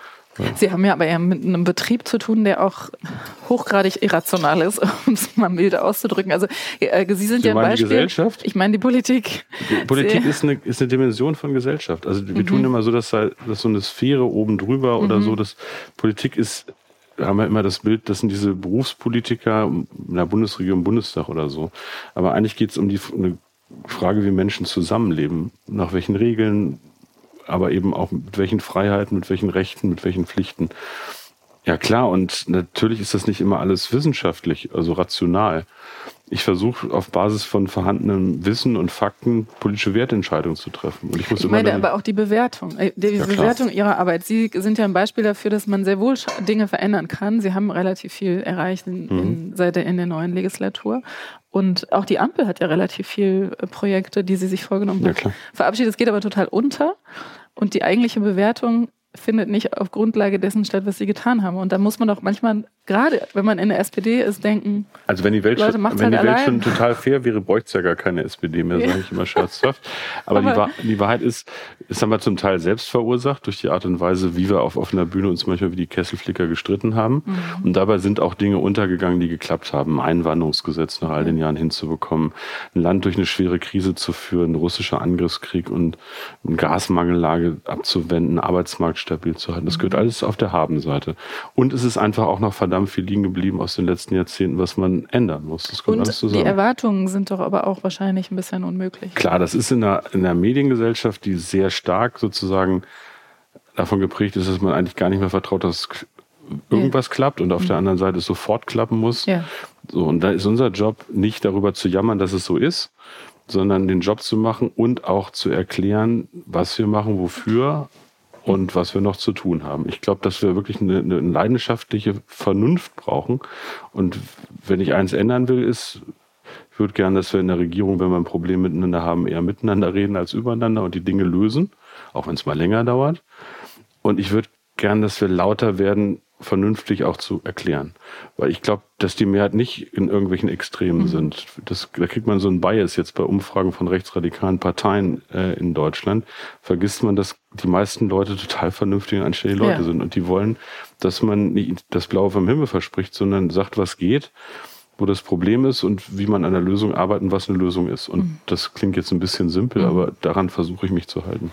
Sie haben ja aber eher mit einem Betrieb zu tun, der auch hochgradig irrational ist, um es mal milde auszudrücken. Also äh, Sie sind Sie ja ein meinen die Beispiel. Gesellschaft? Ich meine die Politik. Politik Sie, ist eine, ist eine Dimension von Gesellschaft. Also wir tun immer so, dass, da- dass so eine Sphäre oben drüber oder so, dass Politik ist, da haben wir immer das Bild, das sind diese Berufspolitiker in der Bundesregierung, Bundestag oder so. Aber eigentlich geht es um die F- eine Frage, wie Menschen zusammenleben, nach welchen Regeln, aber eben auch mit welchen Freiheiten, mit welchen Rechten, mit welchen Pflichten. Ja klar, und natürlich ist das nicht immer alles wissenschaftlich, also rational. Ich versuche auf Basis von vorhandenem Wissen und Fakten politische Wertentscheidungen zu treffen. Und ich muss ich immer meine damit- aber auch die Bewertung, äh, die klar. Bewertung Ihrer Arbeit. Sie sind ja ein Beispiel dafür, dass man sehr wohl sch- Dinge verändern kann. Sie haben relativ viel erreicht in, Mhm. in, seit der, in der neuen Legislatur. Und auch die Ampel hat ja relativ viel äh, Projekte, die sie sich vorgenommen Ja, hat. klar. verabschiedet. Es geht aber total unter. Und die eigentliche Bewertung findet nicht auf Grundlage dessen statt, was sie getan haben. Und da muss man doch manchmal, gerade wenn man in der SPD ist, denken, Also wenn die Welt, Leute, schon, macht's wenn halt die Welt allein. schon total fair wäre, bräuchte es ja gar keine SPD mehr, Ja. sage ich immer scherzhaft. Aber, die, Aber- Wahr, die Wahrheit ist, das haben wir zum Teil selbst verursacht, durch die Art und Weise, wie wir auf offener Bühne uns manchmal wie die Kesselflicker gestritten haben. Mhm. Und dabei sind auch Dinge untergegangen, die geklappt haben. Ein Einwanderungsgesetz nach all den Jahren hinzubekommen, ein Land durch eine schwere Krise zu führen, russischer Angriffskrieg und eine Gasmangellage abzuwenden, Arbeitsmarkt stabil zu halten. Das gehört Mhm. alles auf der Habenseite. Und es ist einfach auch noch verdammt viel liegen geblieben aus den letzten Jahrzehnten, was man ändern muss. Das kommt alles und die zusammen. Erwartungen sind doch aber auch wahrscheinlich ein bisschen unmöglich. Klar, das ist in einer, in einer Mediengesellschaft, die sehr stark sozusagen davon geprägt ist, dass man eigentlich gar nicht mehr vertraut, dass irgendwas klappt und auf der anderen Seite es sofort klappen muss. Ja. So, und da ist unser Job, nicht darüber zu jammern, dass es so ist, sondern den Job zu machen und auch zu erklären, was wir machen, wofür und was wir noch zu tun haben. Ich glaube, dass wir wirklich eine, eine leidenschaftliche Vernunft brauchen. Und wenn ich eins ändern will, ist, ich würde gerne, dass wir in der Regierung, wenn wir ein Problem miteinander haben, eher miteinander reden als übereinander und die Dinge lösen, auch wenn es mal länger dauert. Und ich würde gern, dass wir lauter werden, vernünftig auch zu erklären. Weil ich glaube, dass die Mehrheit nicht in irgendwelchen Extremen sind. Das, da kriegt man so einen Bias jetzt bei Umfragen von rechtsradikalen Parteien äh, in Deutschland. Vergisst man, dass die meisten Leute total vernünftige und anständige Leute Ja. sind. Und die wollen, dass man nicht das Blaue vom Himmel verspricht, sondern sagt, was geht wo das Problem ist und wie man an der Lösung arbeiten, was eine Lösung ist. Und das klingt jetzt ein bisschen simpel, aber daran versuche ich mich zu halten.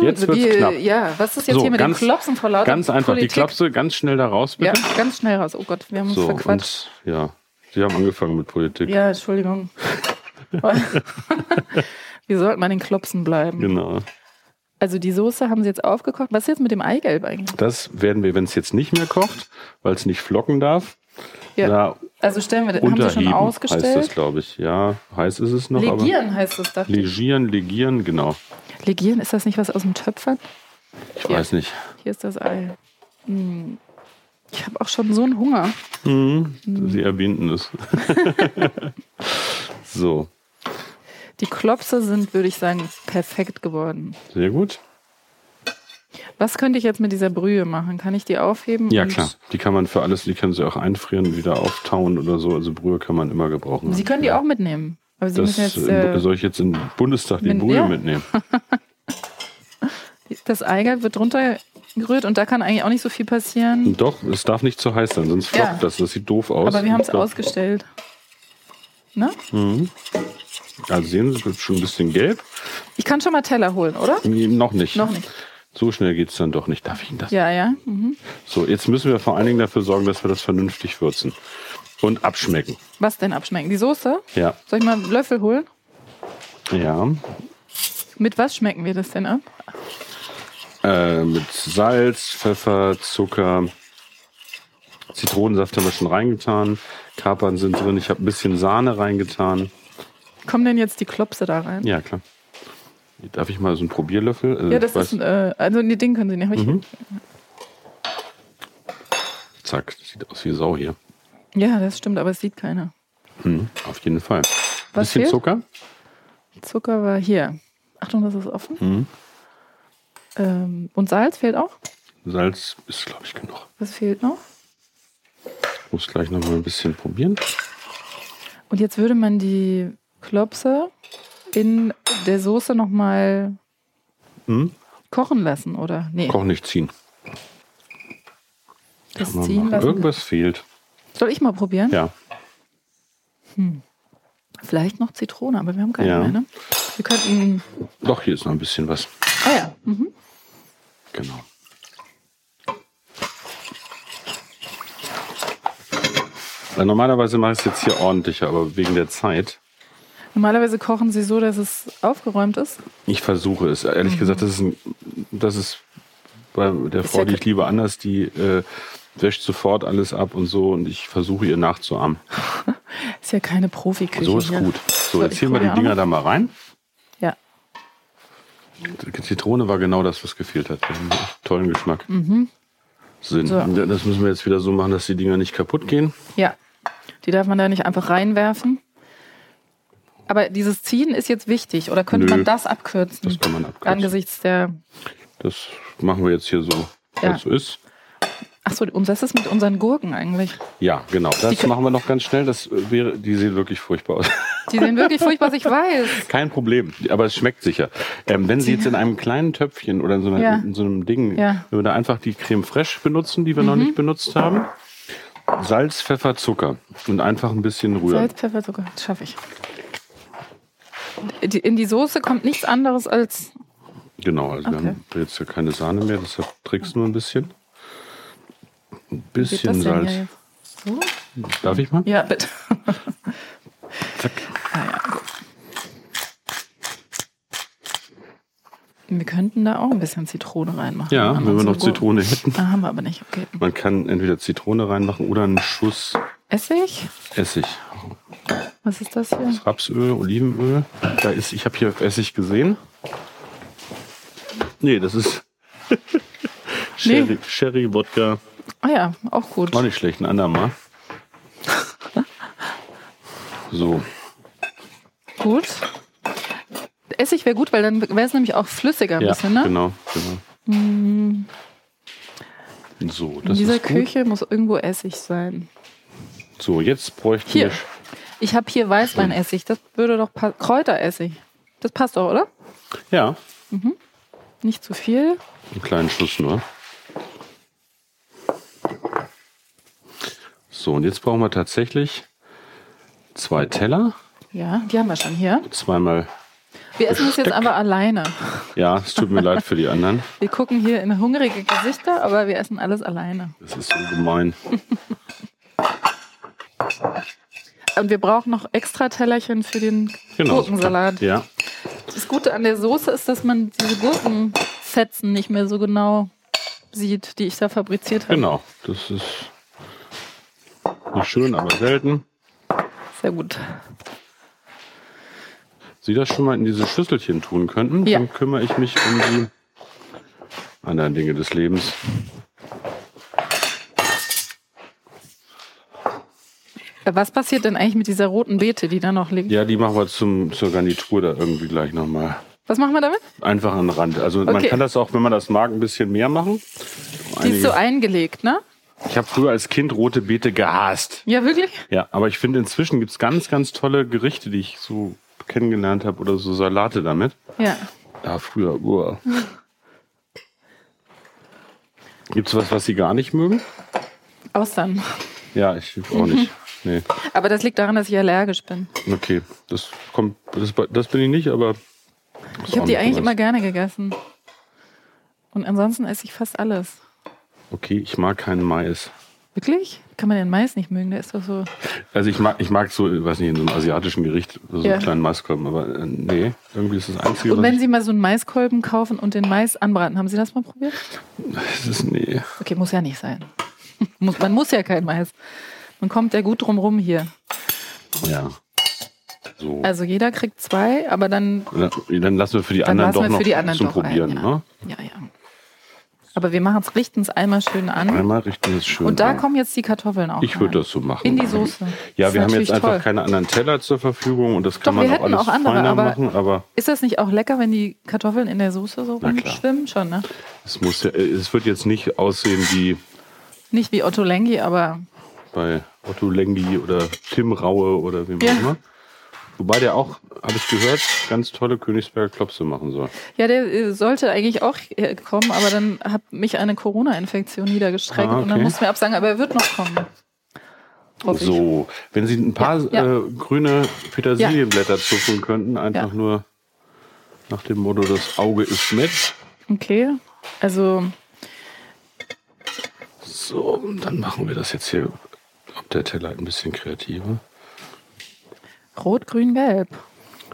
Jetzt Also wird's die- knapp. Ja, was ist jetzt So, hier mit ganz- den Klopsen vor lauter Ganz einfach, Politik? die Klapse ganz schnell da raus, Ja, bitte. ganz schnell raus. Oh Gott, wir haben uns so, verquatscht. und, ja. Sie haben angefangen mit Politik. Ja, Entschuldigung. wir sollten mal den Klopsen bleiben. Genau. Also die Soße haben sie jetzt aufgekocht. Was ist jetzt mit dem Eigelb eigentlich? Das werden wir, wenn es jetzt nicht mehr kocht, weil es nicht flocken darf, Ja. da Also stellen wir, haben sie unterheben schon heißt das, ausgestellt? glaube ich. Ja, heiß ist es noch, aber Legieren heißt das, dachte ich. legieren, legieren, genau. Legieren, ist das nicht was aus dem Töpfern? Ich Ja. weiß nicht. Hier ist das Ei. Hm. Ich habe auch schon so einen Hunger. Mhm. Sie erwähnten es. so, Die Klopse sind, würde ich sagen, perfekt geworden. sehr gut. Was könnte ich jetzt mit dieser Brühe machen? Kann ich die aufheben? Ja, und- klar. Die kann man für alles, die können sie auch einfrieren, wieder auftauen oder so. Also Brühe kann man immer gebrauchen. Sie können die auch mitnehmen. Aber Sie Das müssen jetzt äh, äh, soll ich jetzt im Bundestag die mit- Brühe ja. mitnehmen? das Eigelb wird runtergerührt und da kann eigentlich auch nicht so viel passieren. Doch, es darf nicht zu heiß sein, sonst flockt Ja. das. Das sieht doof aus. Aber wir haben es Doch. ausgestellt. Ne? Also sehen Sie, wird schon ein bisschen gelb. Ich kann schon mal Teller holen, oder? Nee, noch nicht. Noch nicht. So schnell geht es dann doch nicht. Darf ich Ihnen das? Ja, ja. Mhm. So, jetzt müssen wir vor allen Dingen dafür sorgen, dass wir das vernünftig würzen. Und abschmecken. Was denn abschmecken? Die Soße? Ja. Soll ich mal einen Löffel holen? Ja. Mit was schmecken wir das denn ab? Äh, mit Salz, Pfeffer, Zucker. Zitronensaft haben wir schon reingetan. Kapern sind drin. Ich habe ein bisschen Sahne reingetan. Kommen denn jetzt die Klopse da rein? Ja, klar. Darf ich mal so einen Probierlöffel? Also Ja, ich das weiß- ist. Äh, also, die Dinge können Sie nicht. hab Ich, Mhm. Zack, sieht aus wie Sau hier. Ja, das stimmt, aber es sieht keiner. Hm, auf jeden Fall. Was bisschen fehlt? Zucker. Zucker war hier. Achtung, das ist offen. Mhm. Ähm, und Salz fehlt auch? Salz ist, glaube ich, genug. Was fehlt noch? Muss gleich noch mal ein bisschen probieren. Und jetzt würde man die Klopse in der Soße nochmal Hm? kochen lassen, oder? Nee, Koch nicht ziehen. das Mal ziehen machen. lassen. Irgendwas fehlt. Soll ich mal probieren? Ja. Vielleicht noch Zitrone, aber wir haben keine Ja. mehr, ne? Wir könnten. Doch, hier ist noch ein bisschen was. Ah ja. Mhm. Genau. Weil normalerweise mache ich es jetzt hier ordentlicher, aber wegen der Zeit. Normalerweise kochen sie so, dass es aufgeräumt ist. Ich versuche es. Mhm. Ehrlich gesagt, das ist, ein, das ist bei der Frau, ja die ke- ich liebe, anders. Die äh, wäscht sofort alles ab und so und ich versuche ihr nachzuahmen. Ist ja keine Profiküche. So ist hier. gut. So, So, jetzt ich ziehen wir die probiere Dinger da mal rein. Ja. Die Zitrone war genau das, was gefehlt hat. Die haben echt Tollen Geschmack. Sinn. Mhm. So. Das müssen wir jetzt wieder so machen, dass die Dinger nicht kaputt gehen. Ja. Die darf man da nicht einfach reinwerfen. Aber dieses Ziehen ist jetzt wichtig. Oder könnte Nö. man das abkürzen? Das kann man abkürzen. Angesichts der. Das machen wir jetzt hier so, Ja. ja. es so ist. Achso, und was ist mit unseren Gurken eigentlich? Ja, genau. Das können- machen wir noch ganz schnell. Das äh, wäre, die sehen wirklich furchtbar aus. Die sehen wirklich furchtbar, was ich weiß. Kein Problem, aber es schmeckt sicher. Ähm, wenn Sie jetzt in einem kleinen Töpfchen oder in so, einer, Ja. in so einem Ding, Ja. Mhm. wenn wir da einfach die Creme Fraiche benutzen, die wir noch nicht benutzt haben, Salz, Pfeffer, Zucker und einfach ein bisschen rühren. Salz, Pfeffer, Zucker. Das schaffe ich. Die- In die Soße kommt nichts anderes als. Genau, also Okay. wir haben jetzt ja keine Sahne mehr, deshalb trickst nur ein bisschen. Ein Wie geht das bisschen denn Salz. hier jetzt? So? Darf ich mal? Ja, bitte. Ah, Zack. Wir könnten da auch ein bisschen Zitrone reinmachen. Ja, An wenn wir noch unsere Gurken. Zitrone hätten. Ah, haben wir aber nicht. Okay. Man kann entweder Zitrone reinmachen oder einen Schuss Essig? Essig. Was ist das hier? Rapsöl, Olivenöl. Da ist, ich habe hier Essig gesehen. Nee, das ist Sherry, Nee. Sherry, Wodka. Ah ja, auch gut. Auch nicht schlecht, ein andermal. So, Gut. Essig wäre gut, weil dann wäre es nämlich auch flüssiger ein ja, bisschen, ne? genau. Mhm. genau. So, In das dieser ist gut. Küche muss irgendwo Essig sein. So, jetzt bräuchten Hier. wir Ich habe hier Weißweinessig. Das würde doch passen. Kräuteressig. Das passt doch, oder? ja, Nicht zu viel. einen kleinen Schuss nur. So, und jetzt brauchen wir tatsächlich zwei Teller, Ja, die haben wir schon hier. zweimal. Wir essen das jetzt Besteck. aber alleine. Ja, es tut mir leid für die anderen. Wir gucken hier in hungrige Gesichter, aber wir essen alles alleine. Das ist so gemein. Und wir brauchen noch extra Tellerchen für den Genau. Gurkensalat. Ja, Das Gute an der Soße ist, dass man diese Gurkenfetzen nicht mehr so genau sieht, die ich da fabriziert habe. genau. Das ist nicht schön, aber selten. Sehr gut. Sie das schon mal in diese Schüsselchen tun könnten, Ja. dann kümmere ich mich um die anderen Dinge des Lebens. Äh, Was passiert denn eigentlich mit dieser roten Beete, die da noch liegt? Ja, die machen wir zum, zur Garnitur da irgendwie gleich nochmal. Was machen wir damit? Einfach an den Rand. Also man Okay. kann das auch, wenn man das mag, ein bisschen mehr machen. Die ist so Einige- eingelegt, ne? ich habe früher als Kind rote Beete gehasst. Ja, wirklich? Ja, aber ich finde, inzwischen gibt's ganz, ganz tolle Gerichte, die ich so kennengelernt habe oder so Salate damit. Ja. Ja, früher, uah. Gibt's was, was Sie gar nicht mögen? Austern. Ja, ich auch nicht. Nee. Aber das liegt daran, dass ich allergisch bin. Okay, das kommt, das, das bin ich nicht, aber. Ich habe die eigentlich immer gerne gegessen. Und ansonsten esse ich fast alles. Okay, ich mag keinen Mais. Wirklich? Kann man den Mais nicht mögen? Der ist doch so. Also ich mag, ich mag so, ich weiß nicht, in so einem asiatischen Gericht so Ja. einen kleinen Maiskolben, aber äh, nee, irgendwie ist das Einzige, Und wenn ich, Sie mal so einen Maiskolben kaufen und den Mais anbraten, haben Sie das mal probiert? das ist, nee. Okay, muss ja nicht sein. Muss, man muss ja kein Mais. Man kommt ja gut drum rum hier. Ja. So. Also jeder kriegt zwei, aber dann, dann, dann lassen wir für die Also dann anderen doch lassen wir noch für die anderen zum doch Probieren. ein. Ja. Ne? ja, ja. Aber wir machen es richtens einmal schön an. Einmal richten wir es schön Und da ein. kommen jetzt die Kartoffeln auch. ich würde rein. das so machen. In die Soße. Ja, Ist wir haben jetzt natürlich einfach toll. keine anderen Teller zur Verfügung und das kann Doch, wir man auch alles hätten auch andere, feiner aber- machen, aber Ist das nicht auch lecker, wenn die Kartoffeln in der Soße so Na klar. rumschwimmen? Schon, ne? es muss ja, äh, es wird jetzt nicht aussehen wie Nicht wie Otto Lengi, aber bei Otto Lengi oder Tim Raue oder wem Ja. auch immer. Wobei der auch, habe ich gehört, ganz tolle Königsberger Klopse machen soll. Ja, der äh, sollte eigentlich auch äh, kommen, aber dann hat mich eine Corona-Infektion niedergestreckt Ah, und dann okay. mussten wir absagen, aber er wird noch kommen. Hoffe ich. So, wenn Sie ein paar Ja, ja. Äh, grüne Petersilienblätter zupfen könnten, einfach Ja. nur nach dem Motto, das Auge ist mit. Okay, also So, und dann machen wir das jetzt hier auf der Teller ein bisschen kreativer. rot, grün, gelb.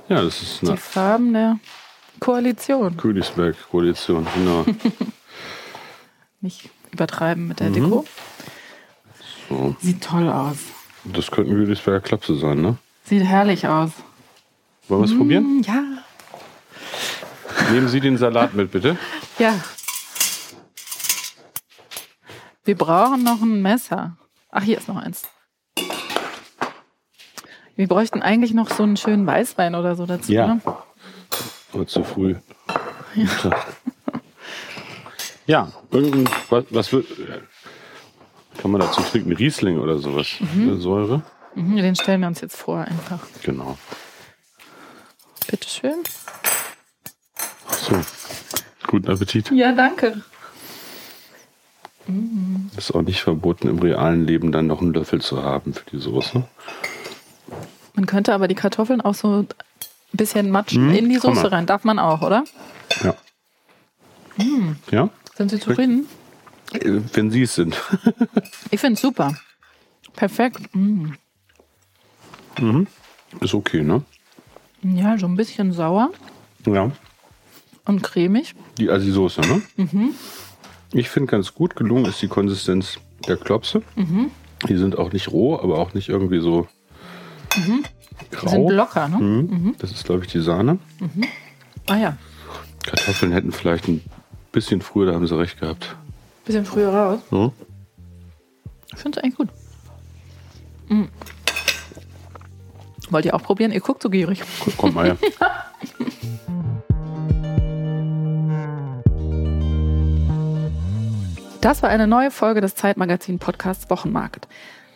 Ja, das ist Die eine Farben der Koalition. Königsberg-Koalition. Genau. Nicht übertreiben mit Mhm. der Deko. So. Sieht toll aus. Das könnten Königsberger Klopse sein, ne? Sieht herrlich aus. Wollen wir es probieren? Hm, Ja, Nehmen Sie den Salat mit, bitte. ja. Wir brauchen noch ein Messer. Ach, hier ist noch eins. Wir bräuchten eigentlich noch so einen schönen Weißwein oder so dazu. Ja. Ne? Heute zu früh. Ja, ja irgendein, was, was wird. Kann man dazu trinken? Riesling oder sowas? Eine Säure? Mhm, Den stellen wir uns jetzt vor einfach. Genau. Bitteschön. So. Guten Appetit. Ja, danke. Ist auch nicht verboten, im realen Leben dann noch einen Löffel zu haben für die Soße. Man könnte aber die Kartoffeln auch so ein bisschen matschen Mhm, in die kann Soße man. rein. Darf man auch, oder? Ja. Ja? Sind Sie zufrieden? Äh, Wenn Sie es sind. Ich finde es super. Perfekt. Mm. Ist okay, ne? Ja, so ein bisschen sauer Ja. und cremig. Die, also die Soße, ne? Mhm. Ich finde ganz gut gelungen ist die Konsistenz der Klopse. Mhm. Die sind auch nicht roh, aber auch nicht irgendwie so Mhm. Die sind grau. locker, ne? Mhm. Das ist, glaube ich, die Sahne. Ah ja, Kartoffeln hätten vielleicht ein bisschen früher, da haben sie recht gehabt. bisschen früher raus. So. Ich finde es eigentlich gut. Mm. Wollt ihr auch probieren? Ihr guckt so gierig. Komm mal her. Das war eine neue Folge des Zeitmagazin-Podcasts Wochenmarkt.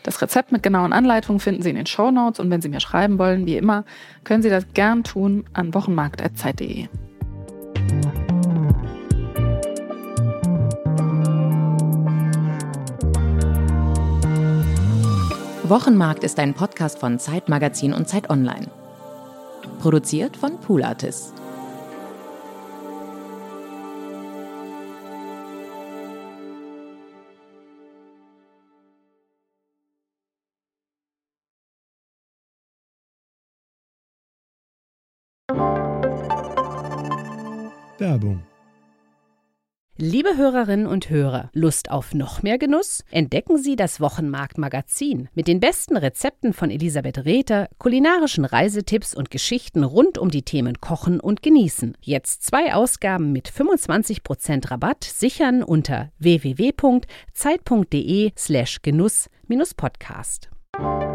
Das Rezept mit genauen Anleitungen finden Sie in den Shownotes und wenn Sie mir schreiben wollen, wie immer, können Sie das gern tun an wochenmarkt.zeit.de. Wochenmarkt ist ein Podcast von Zeitmagazin und Zeit Online. Produziert von Pool Artists. Werbung. Liebe Hörerinnen und Hörer, Lust auf noch mehr Genuss? Entdecken Sie das Wochenmarktmagazin mit den besten Rezepten von Elisabeth Rether, kulinarischen Reisetipps und Geschichten rund um die Themen Kochen und Genießen. Jetzt zwei Ausgaben mit 25% Rabatt sichern unter www.zeit.de/genuss-podcast.